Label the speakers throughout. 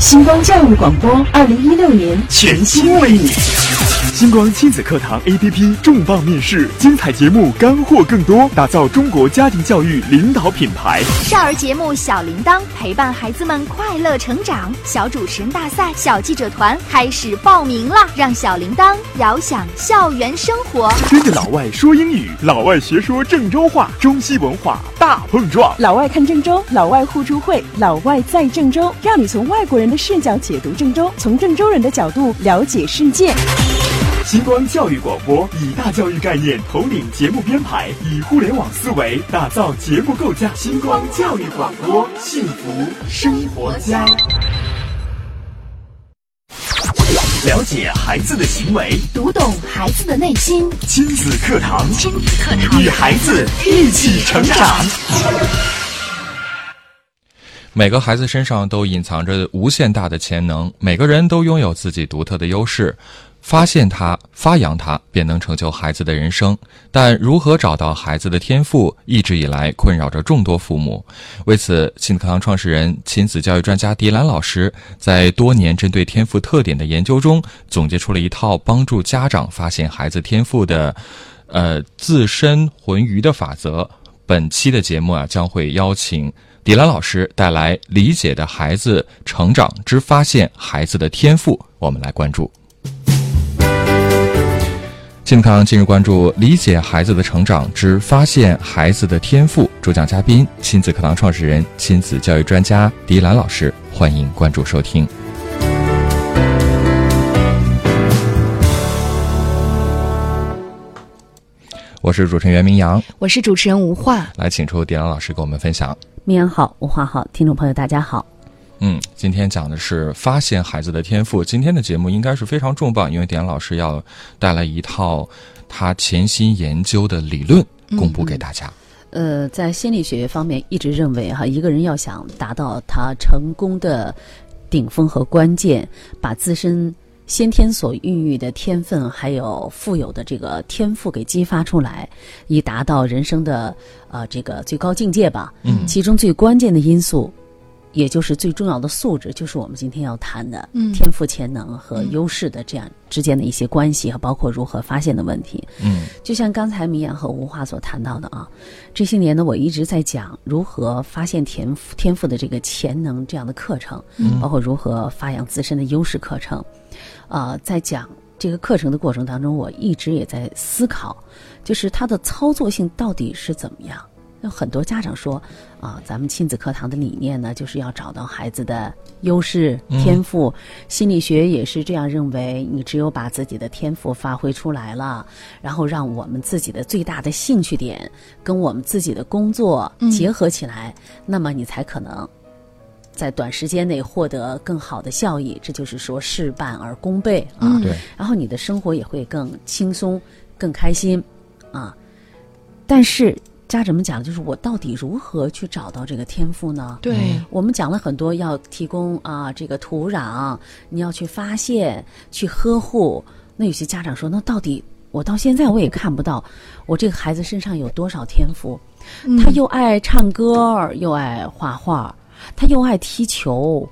Speaker 1: 星光教育广播二零一六年全新为你。
Speaker 2: 星光亲子课堂 APP 重磅面世，精彩节目干货更多，打造中国家庭教育领导品牌。
Speaker 3: 少儿节目小铃铛陪伴孩子们快乐成长，小主持人大赛、小记者团开始报名啦！让小铃铛遥想校园生活。
Speaker 2: 跟着老外说英语，老外学说郑州话，中西文化大碰撞。
Speaker 4: 老外看郑州，老外互助会，老外在郑州，让你从外国人的视角解读郑州，从郑州人的角度了解世界。
Speaker 2: 星光教育广播以大教育概念统领节目编排，以互联网思维打造节目构架。星光教育广播，幸福生活家。了解孩子的行为，
Speaker 3: 读懂孩子的内心，
Speaker 2: 亲子课堂，
Speaker 3: 亲子课堂
Speaker 2: 与孩子一起成长。
Speaker 5: 每个孩子身上都隐藏着无限大的潜能，每个人都拥有自己独特的优势。发现它，发扬它，便能成就孩子的人生。但如何找到孩子的天赋，一直以来困扰着众多父母。为此，亲子课堂创始人、亲子教育专家迪兰老师，在多年针对天赋特点的研究中，总结出了一套帮助家长发现孩子天赋的，呃，自身浑鱼的法则。本期的节目啊，将会邀请迪兰老师带来《理解的孩子成长之发现孩子的天赋》，我们来关注。健康今日关注：理解孩子的成长之发现孩子的天赋。主讲嘉宾：亲子课堂创始人、亲子教育专家迪兰老师。欢迎关注收听。我是主持人袁明阳，
Speaker 6: 我是主持人吴化。
Speaker 5: 来请出迪兰老师跟我们分享。
Speaker 7: 明阳好，文化好，听众朋友大家好。
Speaker 5: 嗯，今天讲的是发现孩子的天赋。今天的节目应该是非常重磅，因为点老师要带来一套他潜心研究的理论
Speaker 6: 嗯
Speaker 5: 公布给大家。
Speaker 7: 呃，在心理学方面，一直认为哈，一个人要想达到他成功的顶峰和关键，把自身先天所孕育的天分，还有富有的这个天赋给激发出来，以达到人生的呃这个最高境界吧。
Speaker 5: 嗯
Speaker 7: 其中最关键的因素，也就是最重要的素质，就是我们今天要谈的
Speaker 6: 嗯
Speaker 7: 天赋潜能和优势的这样之间的一些关系，和包括如何发现的问题。
Speaker 5: 嗯
Speaker 7: 就像刚才明阳和吴华所谈到的啊，这些年呢，我一直在讲如何发现天赋天赋的这个潜能这样的课程，包括如何发扬自身的优势课程。呃，在讲这个课程的过程当中，我一直也在思考，就是它的操作性到底是怎么样。有很多家长说，啊、咱们亲子课堂的理念呢，就是要找到孩子的优势、天赋。心理学也是这样认为，你只有把自己的天赋发挥出来了，然后让我们自己的最大的兴趣点跟我们自己的工作结合起来，那么你才可能在短时间内获得更好的效益。这就是说事半而功倍啊。
Speaker 6: 嗯
Speaker 5: 对，
Speaker 7: 然后你的生活也会更轻松、更开心，啊。但是家长们讲的就是我到底如何去找到这个天赋呢？
Speaker 6: 对，
Speaker 7: 我们讲了很多，要提供啊这个土壤，你要去发现、去呵护。那有些家长说，那到底我到现在我也看不到我这个孩子身上有多少天赋？他又爱唱歌儿，又爱画画，他又爱踢球，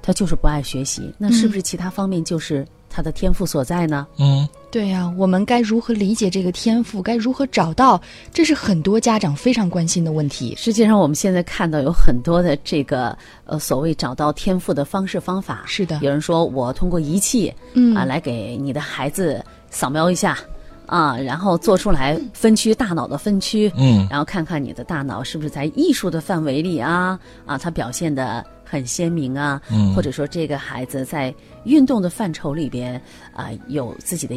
Speaker 7: 他就是不爱学习。那是不是其他方面就是他的天赋所在呢？
Speaker 5: 嗯
Speaker 6: 对呀、我们该如何理解这个天赋？该如何找到？这是很多家长非常关心的问题。
Speaker 7: 实际上，我们现在看到有很多的这个呃所谓找到天赋的方式方法。
Speaker 6: 是的
Speaker 7: 有人说我通过仪器，
Speaker 6: 嗯
Speaker 7: 啊，来给你的孩子扫描一下，啊，然后做出来分区大脑的分区，
Speaker 5: 嗯
Speaker 7: 然后看看你的大脑是不是在艺术的范围里啊啊，它表现的很鲜明啊，
Speaker 5: 嗯
Speaker 7: 或者说这个孩子在运动的范畴里边啊、有自己的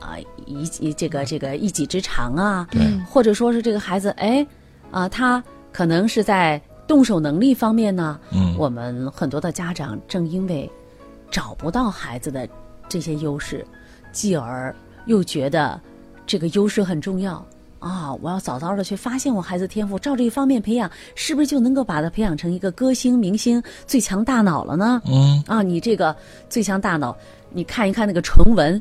Speaker 7: 啊、一一这个这个一技之长啊，
Speaker 5: 对
Speaker 6: 嗯
Speaker 7: 或者说是这个孩子哎啊、他可能是在动手能力方面呢，
Speaker 5: 嗯
Speaker 7: 我们很多的家长正因为找不到孩子的这些优势，继而又觉得这个优势很重要啊！我要早早的去发现我孩子天赋，照这一方面培养，是不是就能够把他培养成一个歌星、明星、最强大脑了呢？
Speaker 5: 嗯
Speaker 7: 啊，你这个最强大脑，你看一看那个纯文，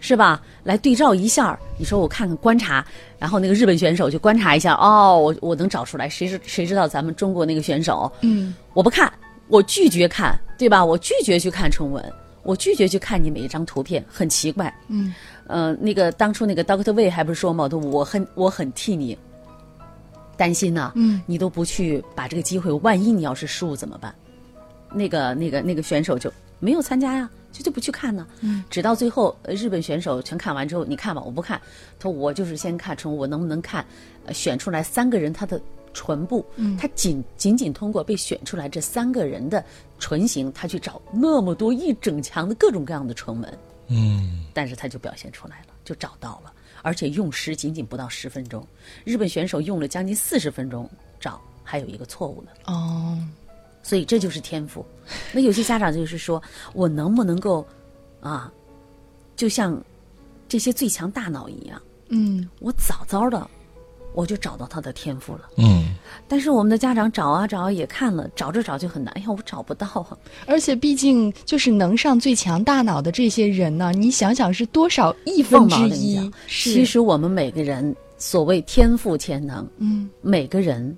Speaker 7: 是吧？来对照一下儿，你说我看看观察，然后那个日本选手就观察一下，哦，我我能找出来，谁是谁知道咱们中国那个选手？
Speaker 6: 嗯，
Speaker 7: 我不看，我拒绝看，对吧？我拒绝去看中文，我拒绝去看你每一张图片，很奇怪。
Speaker 6: 嗯，
Speaker 7: 呃，那个当初那个 Doctor Wei 还不是说嘛，都我很我很替你担心呢、
Speaker 6: 嗯，
Speaker 7: 你都不去把这个机会，万一你要是输怎么办？那个那个那个选手就没有参加呀、就就不去看呢。
Speaker 6: 嗯，
Speaker 7: 直到最后呃日本选手全看完之后，你看吧，我不看。他说我就是先看成我能不能看，呃选出来三个人他的唇部，
Speaker 6: 嗯
Speaker 7: 他仅仅仅通过被选出来这三个人的唇形，他去找那么多一整墙的各种各样的唇纹，
Speaker 5: 嗯，
Speaker 7: 但是他就表现出来了，就找到了，而且用时仅仅不到十分钟，日本选手用了将近四十分钟找，还有一个错误了。
Speaker 6: 哦，
Speaker 7: 所以这就是天赋。那有些家长就是说，我能不能够啊，就像这些最强大脑一样，
Speaker 6: 嗯
Speaker 7: 我早早的我就找到他的天赋了。
Speaker 5: 嗯，
Speaker 7: 但是我们的家长找啊找啊也看了，找着找就很难，哎呀，我找不到啊。
Speaker 6: 而且毕竟就是能上最强大脑的这些人呢，你想想是多少亿分
Speaker 7: 凤
Speaker 6: 之
Speaker 7: 毛麟
Speaker 6: 一
Speaker 7: 角。？
Speaker 6: 是
Speaker 7: 其实我们每个人所谓天赋潜能，
Speaker 6: 嗯
Speaker 7: 每个人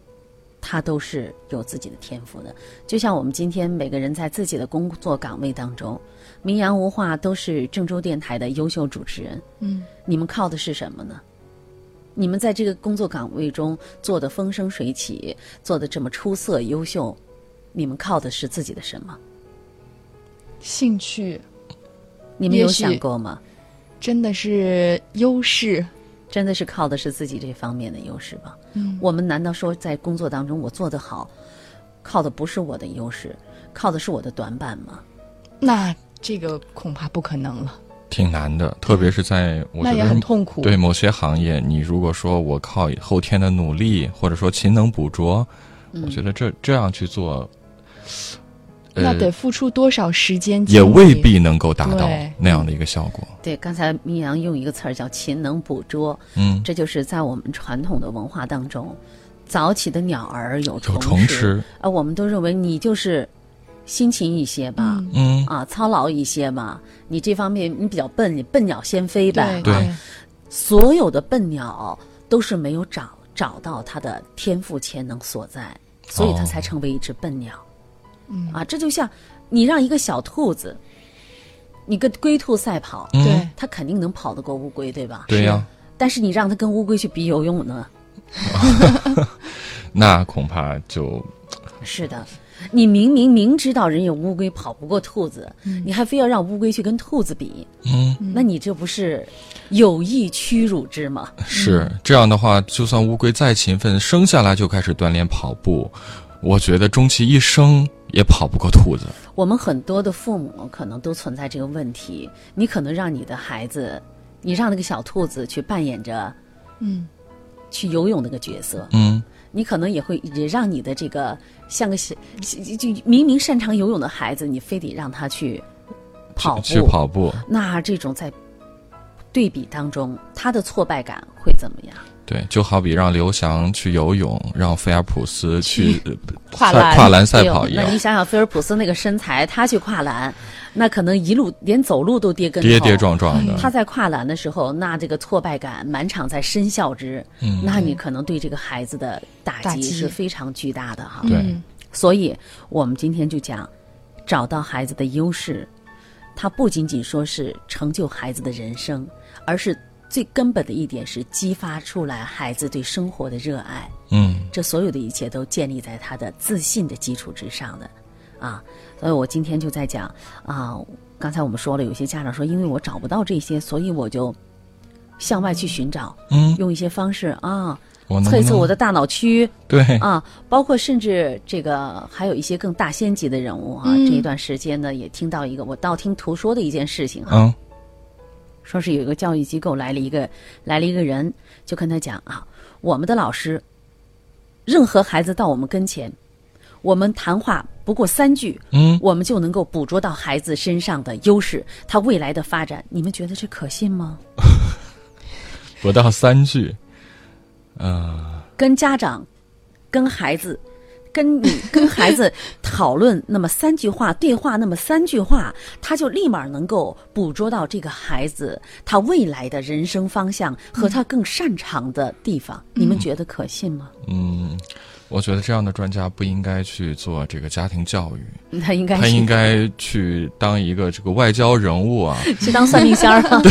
Speaker 7: 他都是有自己的天赋的。就像我们今天每个人在自己的工作岗位当中，名扬无话都是郑州电台的优秀主持人。
Speaker 6: 嗯
Speaker 7: 你们靠的是什么呢？你们在这个工作岗位中做的风生水起，做的这么出色优秀，你们靠的是自己的什么？
Speaker 6: 兴趣
Speaker 7: 你们有
Speaker 6: 也许
Speaker 7: 想过吗？
Speaker 6: 真的是优势。
Speaker 7: 真的是靠的是自己这方面的优势吧？
Speaker 6: 嗯
Speaker 7: 我们难道说在工作当中我做得好，靠的不是我的优势，靠的是我的短板吗？
Speaker 6: 那这个恐怕不可能了，
Speaker 5: 挺难的，特别是在我
Speaker 6: 那
Speaker 5: 觉
Speaker 6: 也
Speaker 5: 得
Speaker 6: 很痛苦。
Speaker 5: 对某些行业，你如果说我靠后天的努力，或者说勤能补拙，
Speaker 6: 嗯
Speaker 5: 我觉得这这样去做，呃
Speaker 6: 那得付出多少时间？
Speaker 5: 也
Speaker 6: 精力
Speaker 5: 未必能够达到
Speaker 6: 对
Speaker 5: 那样的一个效果。
Speaker 7: 对，刚才明阳用一个词儿叫“勤能捕捉”，
Speaker 5: 嗯，
Speaker 7: 这就是在我们传统的文化当中，早起的鸟儿有
Speaker 5: 有
Speaker 7: 虫
Speaker 5: 虫吃，
Speaker 7: 啊，我们都认为你就是辛勤一些吧，
Speaker 6: 嗯
Speaker 5: 嗯，
Speaker 7: 啊，操劳一些吧，你这方面你比较笨，你笨鸟先飞呗
Speaker 6: 对。
Speaker 5: 啊对嗯
Speaker 7: 所有的笨鸟都是没有找找到它的天赋潜能所在，所以它
Speaker 5: 哦
Speaker 7: 才成为一只笨鸟。
Speaker 6: 嗯
Speaker 7: 啊，这就像你让一个小兔子，你跟龟兔赛跑，
Speaker 5: 嗯
Speaker 6: 对，
Speaker 7: 它肯定能跑得过乌龟，对吧？
Speaker 5: 对呀，
Speaker 7: 但是你让它跟乌龟去比游泳呢？
Speaker 5: 那恐怕就
Speaker 7: 是的，你明明明知道人家乌龟跑不过兔子，你还非要让乌龟去跟兔子比，
Speaker 5: 嗯
Speaker 7: 那你这不是有意屈辱之吗？
Speaker 5: 是这样的话，就算乌龟再勤奋，生下来就开始锻炼跑步，我觉得终其一生也跑不过兔子。
Speaker 7: 我们很多的父母可能都存在这个问题，你可能让你的孩子，你让那个小兔子去扮演着
Speaker 6: 嗯
Speaker 7: 去游泳那个角色，
Speaker 5: 嗯
Speaker 7: 你可能也会也让你的这个像个小就就明明擅长游泳的孩子，你非得让他去跑步，
Speaker 5: 去跑步，
Speaker 7: 那这种在对比当中，他的挫败感会怎么样？
Speaker 5: 对，就好比让刘翔去游泳，让菲尔普斯去呃
Speaker 6: 跨
Speaker 5: 赛
Speaker 6: 栏
Speaker 5: 跨栏赛
Speaker 7: 对哦
Speaker 5: 跑一样
Speaker 7: 那，你想想，菲尔普斯那个身材，他去跨栏，那可能一路连走路都跌跟头，
Speaker 5: 跌跌撞撞的。
Speaker 7: 他在跨栏的时候，那这个挫败感满场在深笑之，
Speaker 5: 嗯
Speaker 7: 那你可能对这个孩子的打
Speaker 6: 打
Speaker 7: 击
Speaker 6: 击
Speaker 7: 是非常巨大的哈。
Speaker 5: 对
Speaker 6: 嗯
Speaker 7: 所以我们今天就讲，找到孩子的优势，它不仅仅说是成就孩子的人生，而是最根本的一点是激发出来孩子对生活的热爱。
Speaker 5: 嗯
Speaker 7: 这所有的一切都建立在他的自信的基础之上的，啊，所以我今天就在讲啊，刚才我们说了，有些家长说，因为我找不到这些，所以我就向外去寻找，
Speaker 5: 嗯，
Speaker 7: 用一些方式啊，
Speaker 5: 我能
Speaker 7: 测一测
Speaker 5: 不能
Speaker 7: 我的大脑区
Speaker 5: 对，
Speaker 7: 啊，包括甚至这个还有一些更大仙级的人物啊，
Speaker 6: 嗯
Speaker 7: 这一段时间呢，也听到一个我道听途说的一件事情啊，
Speaker 5: 嗯
Speaker 7: 说是有一个教育机构来了一个来了一个人，就跟他讲啊，我们的老师，任何孩子到我们跟前，我们谈话不过三句，
Speaker 5: 嗯，
Speaker 7: 我们就能够捕捉到孩子身上的优势，他未来的发展，你们觉得这可信吗？
Speaker 5: 不到三句，
Speaker 7: 跟家长，跟孩子。 跟你跟孩子讨论那么三句话对话那么三句话，他就立马能够捕捉到这个孩子他未来的人嗯 生方向和他更擅长的地方。你们觉得可信吗？
Speaker 5: 嗯，我觉得这样的专家不应该去做这个家庭教育，
Speaker 7: 他应该
Speaker 5: 他
Speaker 7: 是
Speaker 5: 应该去当一个这个外交人物啊，
Speaker 7: 去当算命仙儿 了。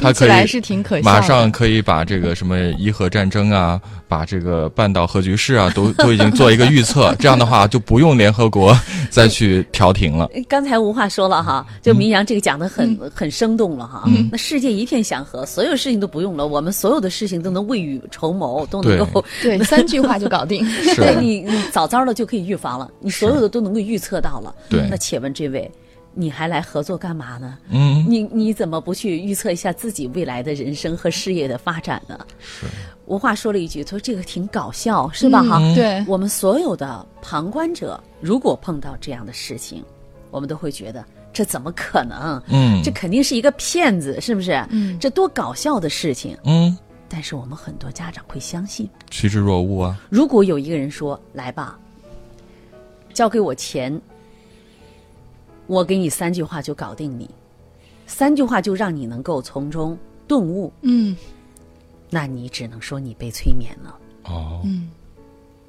Speaker 5: 他
Speaker 6: 起
Speaker 5: 可
Speaker 6: 来
Speaker 5: 以
Speaker 6: 是挺可笑的。
Speaker 5: 马上可以把这个什么伊核战争啊，把这个半岛核局势啊，都 都已经做一个预测。这样的话，就不用联合国再去调停了。
Speaker 7: 刚才无话说了哈，就明阳这个讲的很、很生动了哈。那世界一片祥和，所有事情都不用了，我们所有的事情都能未雨绸缪，都能够
Speaker 6: 对三句话就搞定。
Speaker 5: 是
Speaker 7: 对你你早早的就可以预防了，你所有的都能够预测到了。
Speaker 5: 对
Speaker 7: 那且问这位，你还来合作干嘛呢？
Speaker 5: 嗯，
Speaker 7: 你你怎么不去预测一下自己未来的人生和事业的发展呢？
Speaker 5: 是，
Speaker 7: 无话说了一句，他说这个挺搞笑，是吧？哈、
Speaker 6: 嗯对
Speaker 7: 我们所有的旁观者，如果碰到这样的事情，我们都会觉得这怎么可能？
Speaker 5: 嗯
Speaker 7: 这肯定是一个骗子，是不是？嗯，这多搞笑的事情！
Speaker 5: 嗯，
Speaker 7: 但是我们很多家长会相信。
Speaker 5: 趋之若鹜啊，
Speaker 7: 如果有一个人说：“来吧，交给我钱，我给你三句话就搞定你，三句话就让你能够从中顿悟。”
Speaker 6: 嗯，
Speaker 7: 那你只能说你被催眠了，
Speaker 5: 哦，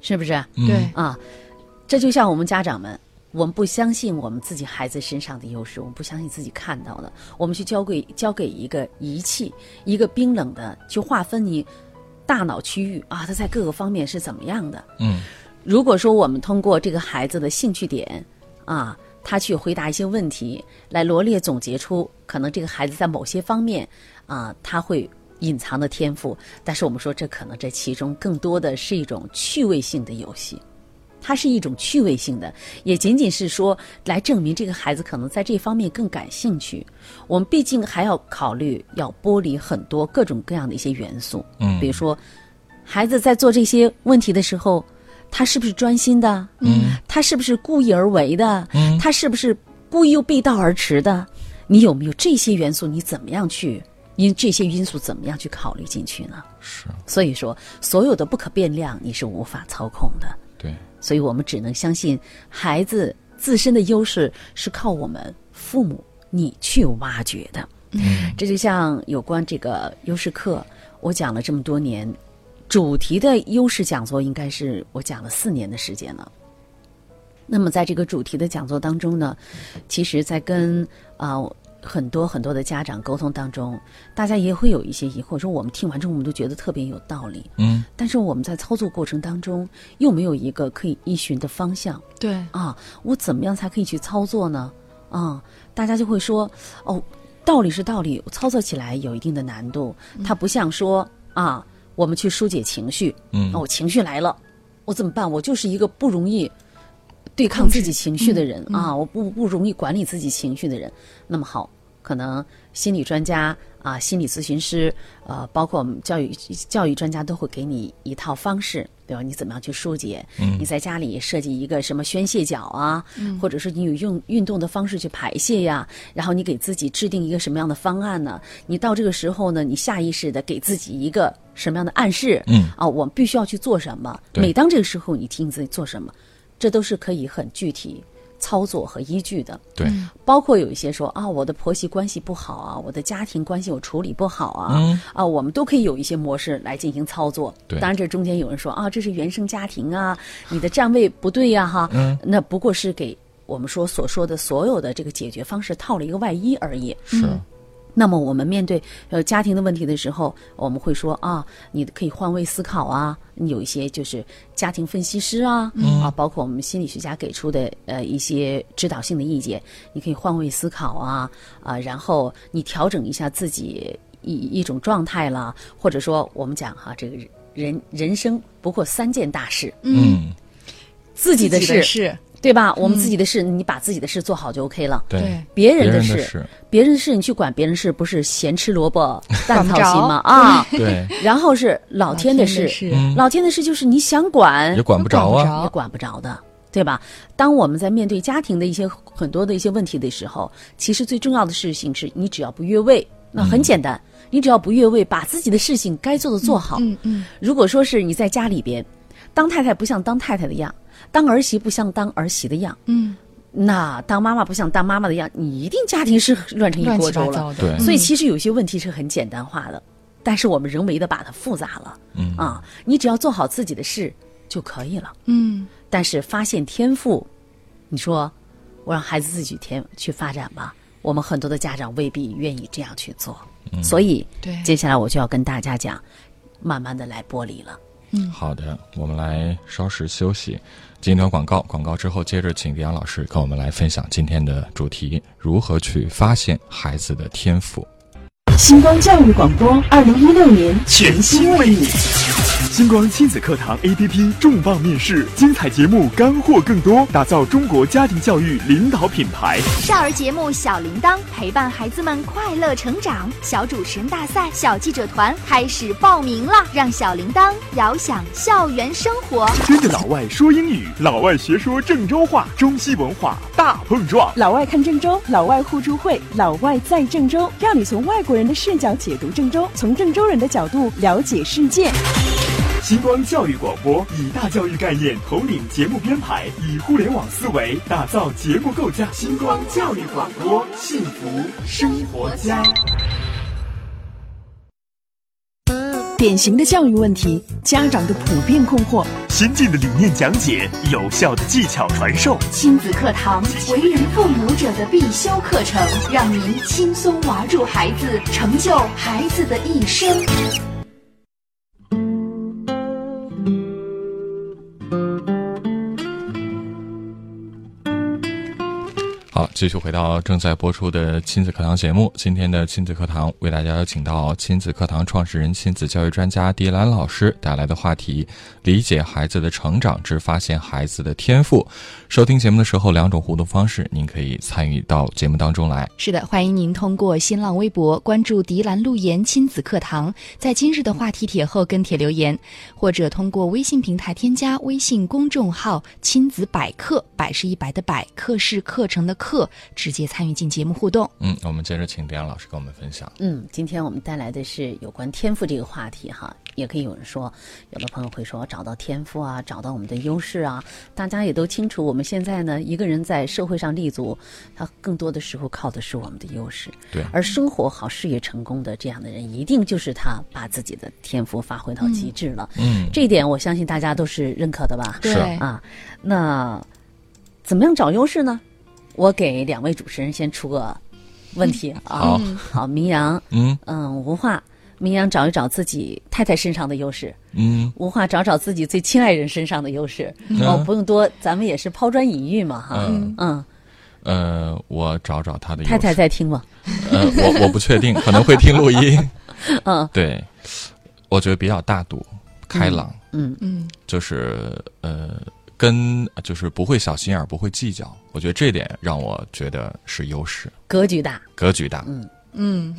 Speaker 7: 是不是？
Speaker 5: 嗯
Speaker 6: 对，
Speaker 7: 啊，这就像我们家长们，我们不相信我们自己孩子身上的优势，我们不相信自己看到的，我们去交给交给一个仪器，一个冰冷的去划分你大脑区域啊，它在各个方面是怎么样的。
Speaker 5: 嗯，
Speaker 7: 如果说我们通过这个孩子的兴趣点啊，他去回答一些问题，来罗列总结出可能这个孩子在某些方面啊，他会。隐藏的天赋，但是我们说这可能这其中更多的是一种趣味性的游戏。它是一种趣味性的，也仅仅是说来证明这个孩子可能在这方面更感兴趣。我们毕竟还要考虑要剥离很多各种各样的一些元素，
Speaker 5: 嗯
Speaker 7: 比如说孩子在做这些问题的时候，他是不是专心的？
Speaker 5: 嗯，
Speaker 7: 他是不是故意而为的？
Speaker 5: 嗯
Speaker 7: 他是不是故意又背道而驰的？你有没有这些元素？你怎么样去因这些因素怎么样去考虑进去呢？
Speaker 5: 是
Speaker 7: 所以说，所有的不可变量你是无法操控的。
Speaker 5: 对，
Speaker 7: 所以我们只能相信孩子自身的优势是靠我们父母你去挖掘的。嗯，这就像有关这个优势课，我讲了这么多年，主题的优势讲座应该是我讲了四年的时间了。那么在这个主题的讲座当中呢，其实，在跟啊、呃很多很多的家长沟通当中，大家也会有一些疑惑，说我们听完之后，我们都觉得特别有道理，
Speaker 5: 嗯，
Speaker 7: 但是我们在操作过程当中又没有一个可以依循的方向
Speaker 6: 对，
Speaker 5: 嗯
Speaker 7: 啊，我怎么样才可以去操作呢？啊，大家就会说，哦，道理是道理，操作起来有一定的难度，它不像说啊，我们去疏解情绪，
Speaker 5: 嗯
Speaker 7: 哦，我情绪来了，我怎么办？我就是一个不容易对抗自己情绪的人、啊，我不不容易管理自己情绪的人。那么好，可能心理专家啊、心理咨询师，呃，包括我们教育教育专家都会给你一套方式，对吧？你怎么样去疏解？你在家里设计一个什么宣泄角啊，或者说你有用运动的方式去排泄呀，然后你给自己制定一个什么样的方案呢？你到这个时候呢，你下意识的给自己一个什么样的暗示？
Speaker 5: 嗯
Speaker 7: 啊，我必须要去做什么。
Speaker 5: 对
Speaker 7: 每当这个时候，你提醒自己做什么，这都是可以很具体操作和依据的。
Speaker 5: 对，
Speaker 7: 包括有一些说啊，我的婆媳关系不好啊，我的家庭关系我处理不好啊，
Speaker 5: 嗯
Speaker 7: 啊，我们都可以有一些模式来进行操作。
Speaker 5: 对
Speaker 7: 当然这中间有人说啊，这是原生家庭啊，你的站位不对呀、哈，
Speaker 5: 嗯
Speaker 7: 那不过是给我们说所说的所有的这个解决方式套了一个外衣而已。
Speaker 5: 是，
Speaker 7: 那么我们面对呃家庭的问题的时候，我们会说啊，你可以换位思考啊，你有一些就是家庭分析师啊，啊，包括我们心理学家给出的呃一些指导性的意见，你可以换位思考啊啊，然后你调整一下自己一一种状态啦，或者说我们讲哈、这个人人生不过三件大事，
Speaker 5: 嗯，
Speaker 7: 自己的事
Speaker 6: 是，
Speaker 7: 对吧？我们自己的事，你把自己的事做好就 OK 了。
Speaker 5: 对，
Speaker 7: 别
Speaker 5: 别
Speaker 7: 人的
Speaker 5: 人
Speaker 7: 事，
Speaker 5: 的事，
Speaker 7: 别人事你去管别人事，不是咸吃萝卜淡
Speaker 6: 管
Speaker 7: 操
Speaker 6: 不着
Speaker 7: 心吗？啊，
Speaker 5: 对，
Speaker 7: 然后是老天的事，
Speaker 5: 嗯
Speaker 7: 老天的事就是你想管
Speaker 5: 也管不着
Speaker 6: 管不
Speaker 5: 啊，
Speaker 6: 着
Speaker 7: 也管不着的，对吧？当我们在面对家庭的一些很多的一些问题的时候，其实最重要的事情是你只要不越位，那很简单，你只要不越位，把自己的事情该做的做好。
Speaker 6: 嗯嗯，
Speaker 7: 如果说是你在家里边，当太太不像当太太的样，当儿媳不像当儿媳的样，
Speaker 6: 嗯，
Speaker 7: 那当妈妈不像当妈妈的样，你一定家庭是乱成一
Speaker 6: 乱
Speaker 7: 锅
Speaker 6: 七八
Speaker 7: 粥了。
Speaker 6: 糟的，
Speaker 5: 嗯对
Speaker 7: 所以其实有些问题是很简单化的，但是我们人为的把它复杂了。
Speaker 5: 嗯
Speaker 7: 啊，你只要做好自己的事，就可以了。
Speaker 6: 嗯
Speaker 7: 但是发现天赋，你说我让孩子自己天去发展吧，我们很多的家长未必愿意这样去做。
Speaker 6: 嗯
Speaker 7: 所以，
Speaker 6: 对
Speaker 7: 接下来我就要跟大家讲，慢慢的来剥离了。
Speaker 5: 好的，我们来稍事休息，进一段广告。广告之后，接着请迪阳老师跟我们来分享今天的主题：如何去发现孩子的天赋。
Speaker 1: 星光教育广播二零一六年
Speaker 2: 全新为你。星光亲子课堂 APP 重磅面世，精彩节目干货更多，打造中国家庭教育领导品牌。
Speaker 3: 少儿节目《小铃铛》陪伴孩子们快乐成长，小主持人大赛、小记者团开始报名啦！让小铃铛遥想校园生活。
Speaker 2: 跟着老外说英语，老外学说郑州话，中西文化大碰撞。
Speaker 4: 老外看郑州，老外互助会，老外在郑州，让你从外国人的视角解读郑州，从郑州人的角度了解世界。
Speaker 2: 星光教育广播以大教育概念统领节目编排，以互联网思维打造节目构架。星光教育广播，幸福生活家。
Speaker 4: 典型的教育问题，家长的普遍困惑。
Speaker 2: 先进的理念讲解，有效的技巧传授，
Speaker 3: 亲子课堂，为人父母者的必修课程，让您轻松玩住孩子，成就孩子的一生。
Speaker 5: 好，继续回到正在播出的亲子课堂节目。今天的亲子课堂为大家邀请到亲子课堂创始人、亲子教育专家迪兰老师带来的话题：理解孩子的成长之发现孩子的天赋。收听节目的时候，两种互动方式，您可以参与到节目当中来。
Speaker 6: 是的，欢迎您通过新浪微博关注“迪兰路言亲子课堂”，在今日的话题帖后跟帖留言，或者通过微信平台添加微信公众号“亲子百课”，百是一百的百，课是课程的课，直接参与进节目互动。
Speaker 5: 嗯，我们接着请迪兰老师跟我们分享。
Speaker 7: 嗯，今天我们带来的是有关天赋这个话题哈，也可以有人说，有的朋友会说找到天赋啊，找到我们的优势啊，大家也都清楚，我们现在呢，一个人在社会上立足，他更多的时候靠的是我们的优势，
Speaker 5: 对
Speaker 7: 而生活好、事业成功的这样的人，一定就是他把自己的天赋发挥到极致了，
Speaker 5: 嗯，
Speaker 7: 这一点我相信大家都是认可的吧？
Speaker 5: 是
Speaker 6: 对，
Speaker 7: 啊，那怎么样找优势呢？我给两位主持人先出个问题啊
Speaker 5: 嗯好，
Speaker 7: 好，明阳，
Speaker 5: 嗯
Speaker 7: 嗯，文化，明阳找一找自己太太身上的优势，
Speaker 5: 嗯，
Speaker 7: 文化找找自己最亲爱人身上的优势。哦，
Speaker 5: 那
Speaker 7: 不用多，咱们也是抛砖引玉嘛，哈，
Speaker 5: 嗯
Speaker 7: 嗯，
Speaker 5: 呃，我找找他的优势
Speaker 7: 太太在听吗？
Speaker 5: 呃，我我不确定，可能会听录 音。
Speaker 7: 嗯，
Speaker 5: 对，我觉得比较大度、开朗，
Speaker 7: 嗯
Speaker 6: 嗯，
Speaker 5: 就是呃，跟就是不会小心眼儿，不会计较。我觉得这点让我觉得是优势，
Speaker 7: 格局大，
Speaker 5: 格局
Speaker 7: 嗯
Speaker 5: 大。嗯
Speaker 6: 嗯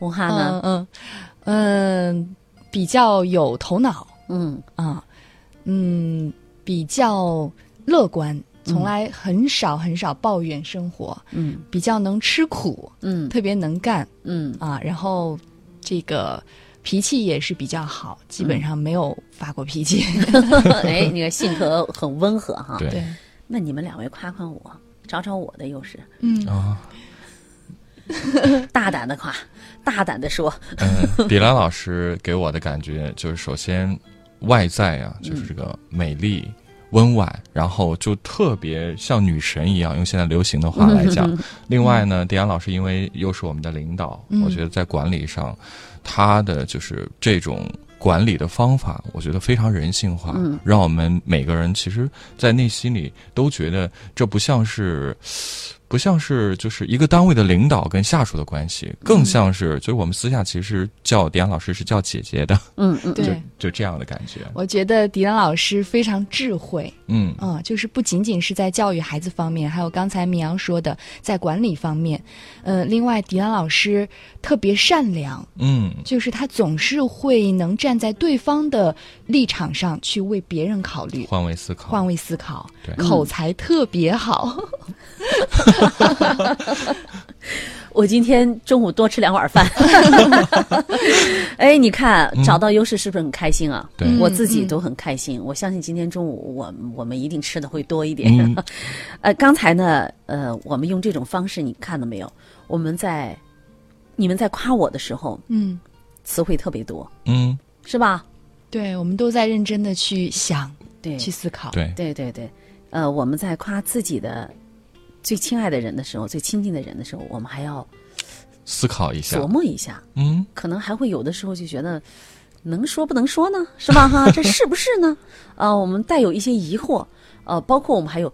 Speaker 7: 文化呢？
Speaker 8: 嗯嗯嗯，比较有头脑
Speaker 7: 嗯
Speaker 8: 啊，嗯，比较乐观，
Speaker 5: 嗯
Speaker 8: 从来很少很少抱怨生活，
Speaker 7: 嗯
Speaker 8: 比较能吃苦，
Speaker 7: 嗯
Speaker 8: 特别能干
Speaker 7: 嗯
Speaker 8: 啊，然后这个。脾气也是比较好，基本上没有发过脾气。
Speaker 7: 嗯， 哎，你看性格很温和哈。
Speaker 5: 对
Speaker 8: 对，
Speaker 7: 那你们两位夸夸我，找找我的优势，
Speaker 8: 嗯
Speaker 5: 啊，
Speaker 7: 大胆的夸，大胆的说，
Speaker 5: 嗯，迪兰老师给我的感觉就是，首先外在
Speaker 7: 嗯
Speaker 5: 啊，就是这个美丽。温婉，然后就特别像女神一样，用现在流行的话来
Speaker 7: 嗯
Speaker 5: 讲。另外呢，迪安老师因为又是我们的领导，
Speaker 8: 嗯
Speaker 5: 我觉得在管理上，他的就是这种管理的方法，我觉得非常人性化，
Speaker 7: 嗯
Speaker 5: 让我们每个人其实，在内心里都觉得这不像是。不像是就是一个单位的领导跟下属的关
Speaker 8: 嗯
Speaker 5: 系，更像是就是我们私下其实叫迪安老师是叫姐姐的，
Speaker 7: 嗯嗯，
Speaker 8: 对
Speaker 5: 就就这样的感觉。
Speaker 8: 我觉得迪兰老师非常智慧，
Speaker 5: 嗯
Speaker 8: 嗯，就是不仅仅是在教育孩子方面，还有刚才明阳说的在管理方面。嗯，另外迪兰老师特别善良，
Speaker 5: 嗯
Speaker 8: 就是他总是会能站在对方的立场上去为别人考虑，
Speaker 5: 换位思考，
Speaker 8: 换位思考
Speaker 5: 对，
Speaker 8: 口才特别好。
Speaker 7: 我今天中午多吃两碗 饭。哎，你看
Speaker 5: 嗯
Speaker 7: 找到优势是不是很开心啊？
Speaker 5: 对
Speaker 7: 我自己都很开心。我相信今天中午我我们一定吃的会多一点。
Speaker 5: 嗯
Speaker 7: 呃，刚才呢，呃，我们用这种方式，你看到没有？我们在你们在夸我的时候，
Speaker 8: 嗯
Speaker 7: 词汇特别多，
Speaker 5: 嗯
Speaker 7: 是吧？
Speaker 8: 对，我们都在认真的去想、
Speaker 7: 对
Speaker 8: 去思考。
Speaker 5: 对，
Speaker 7: 对对对，呃，我们在夸自己的最亲爱的人的时候，最亲近的人的时候，我们还要
Speaker 5: 思考一下
Speaker 7: 琢，磨一下，
Speaker 5: 嗯，
Speaker 7: 可能还会有的时候就觉得能说不能说呢，是吧？哈，这是不是呢？啊，我们带有一些疑惑，呃，包括我们还有。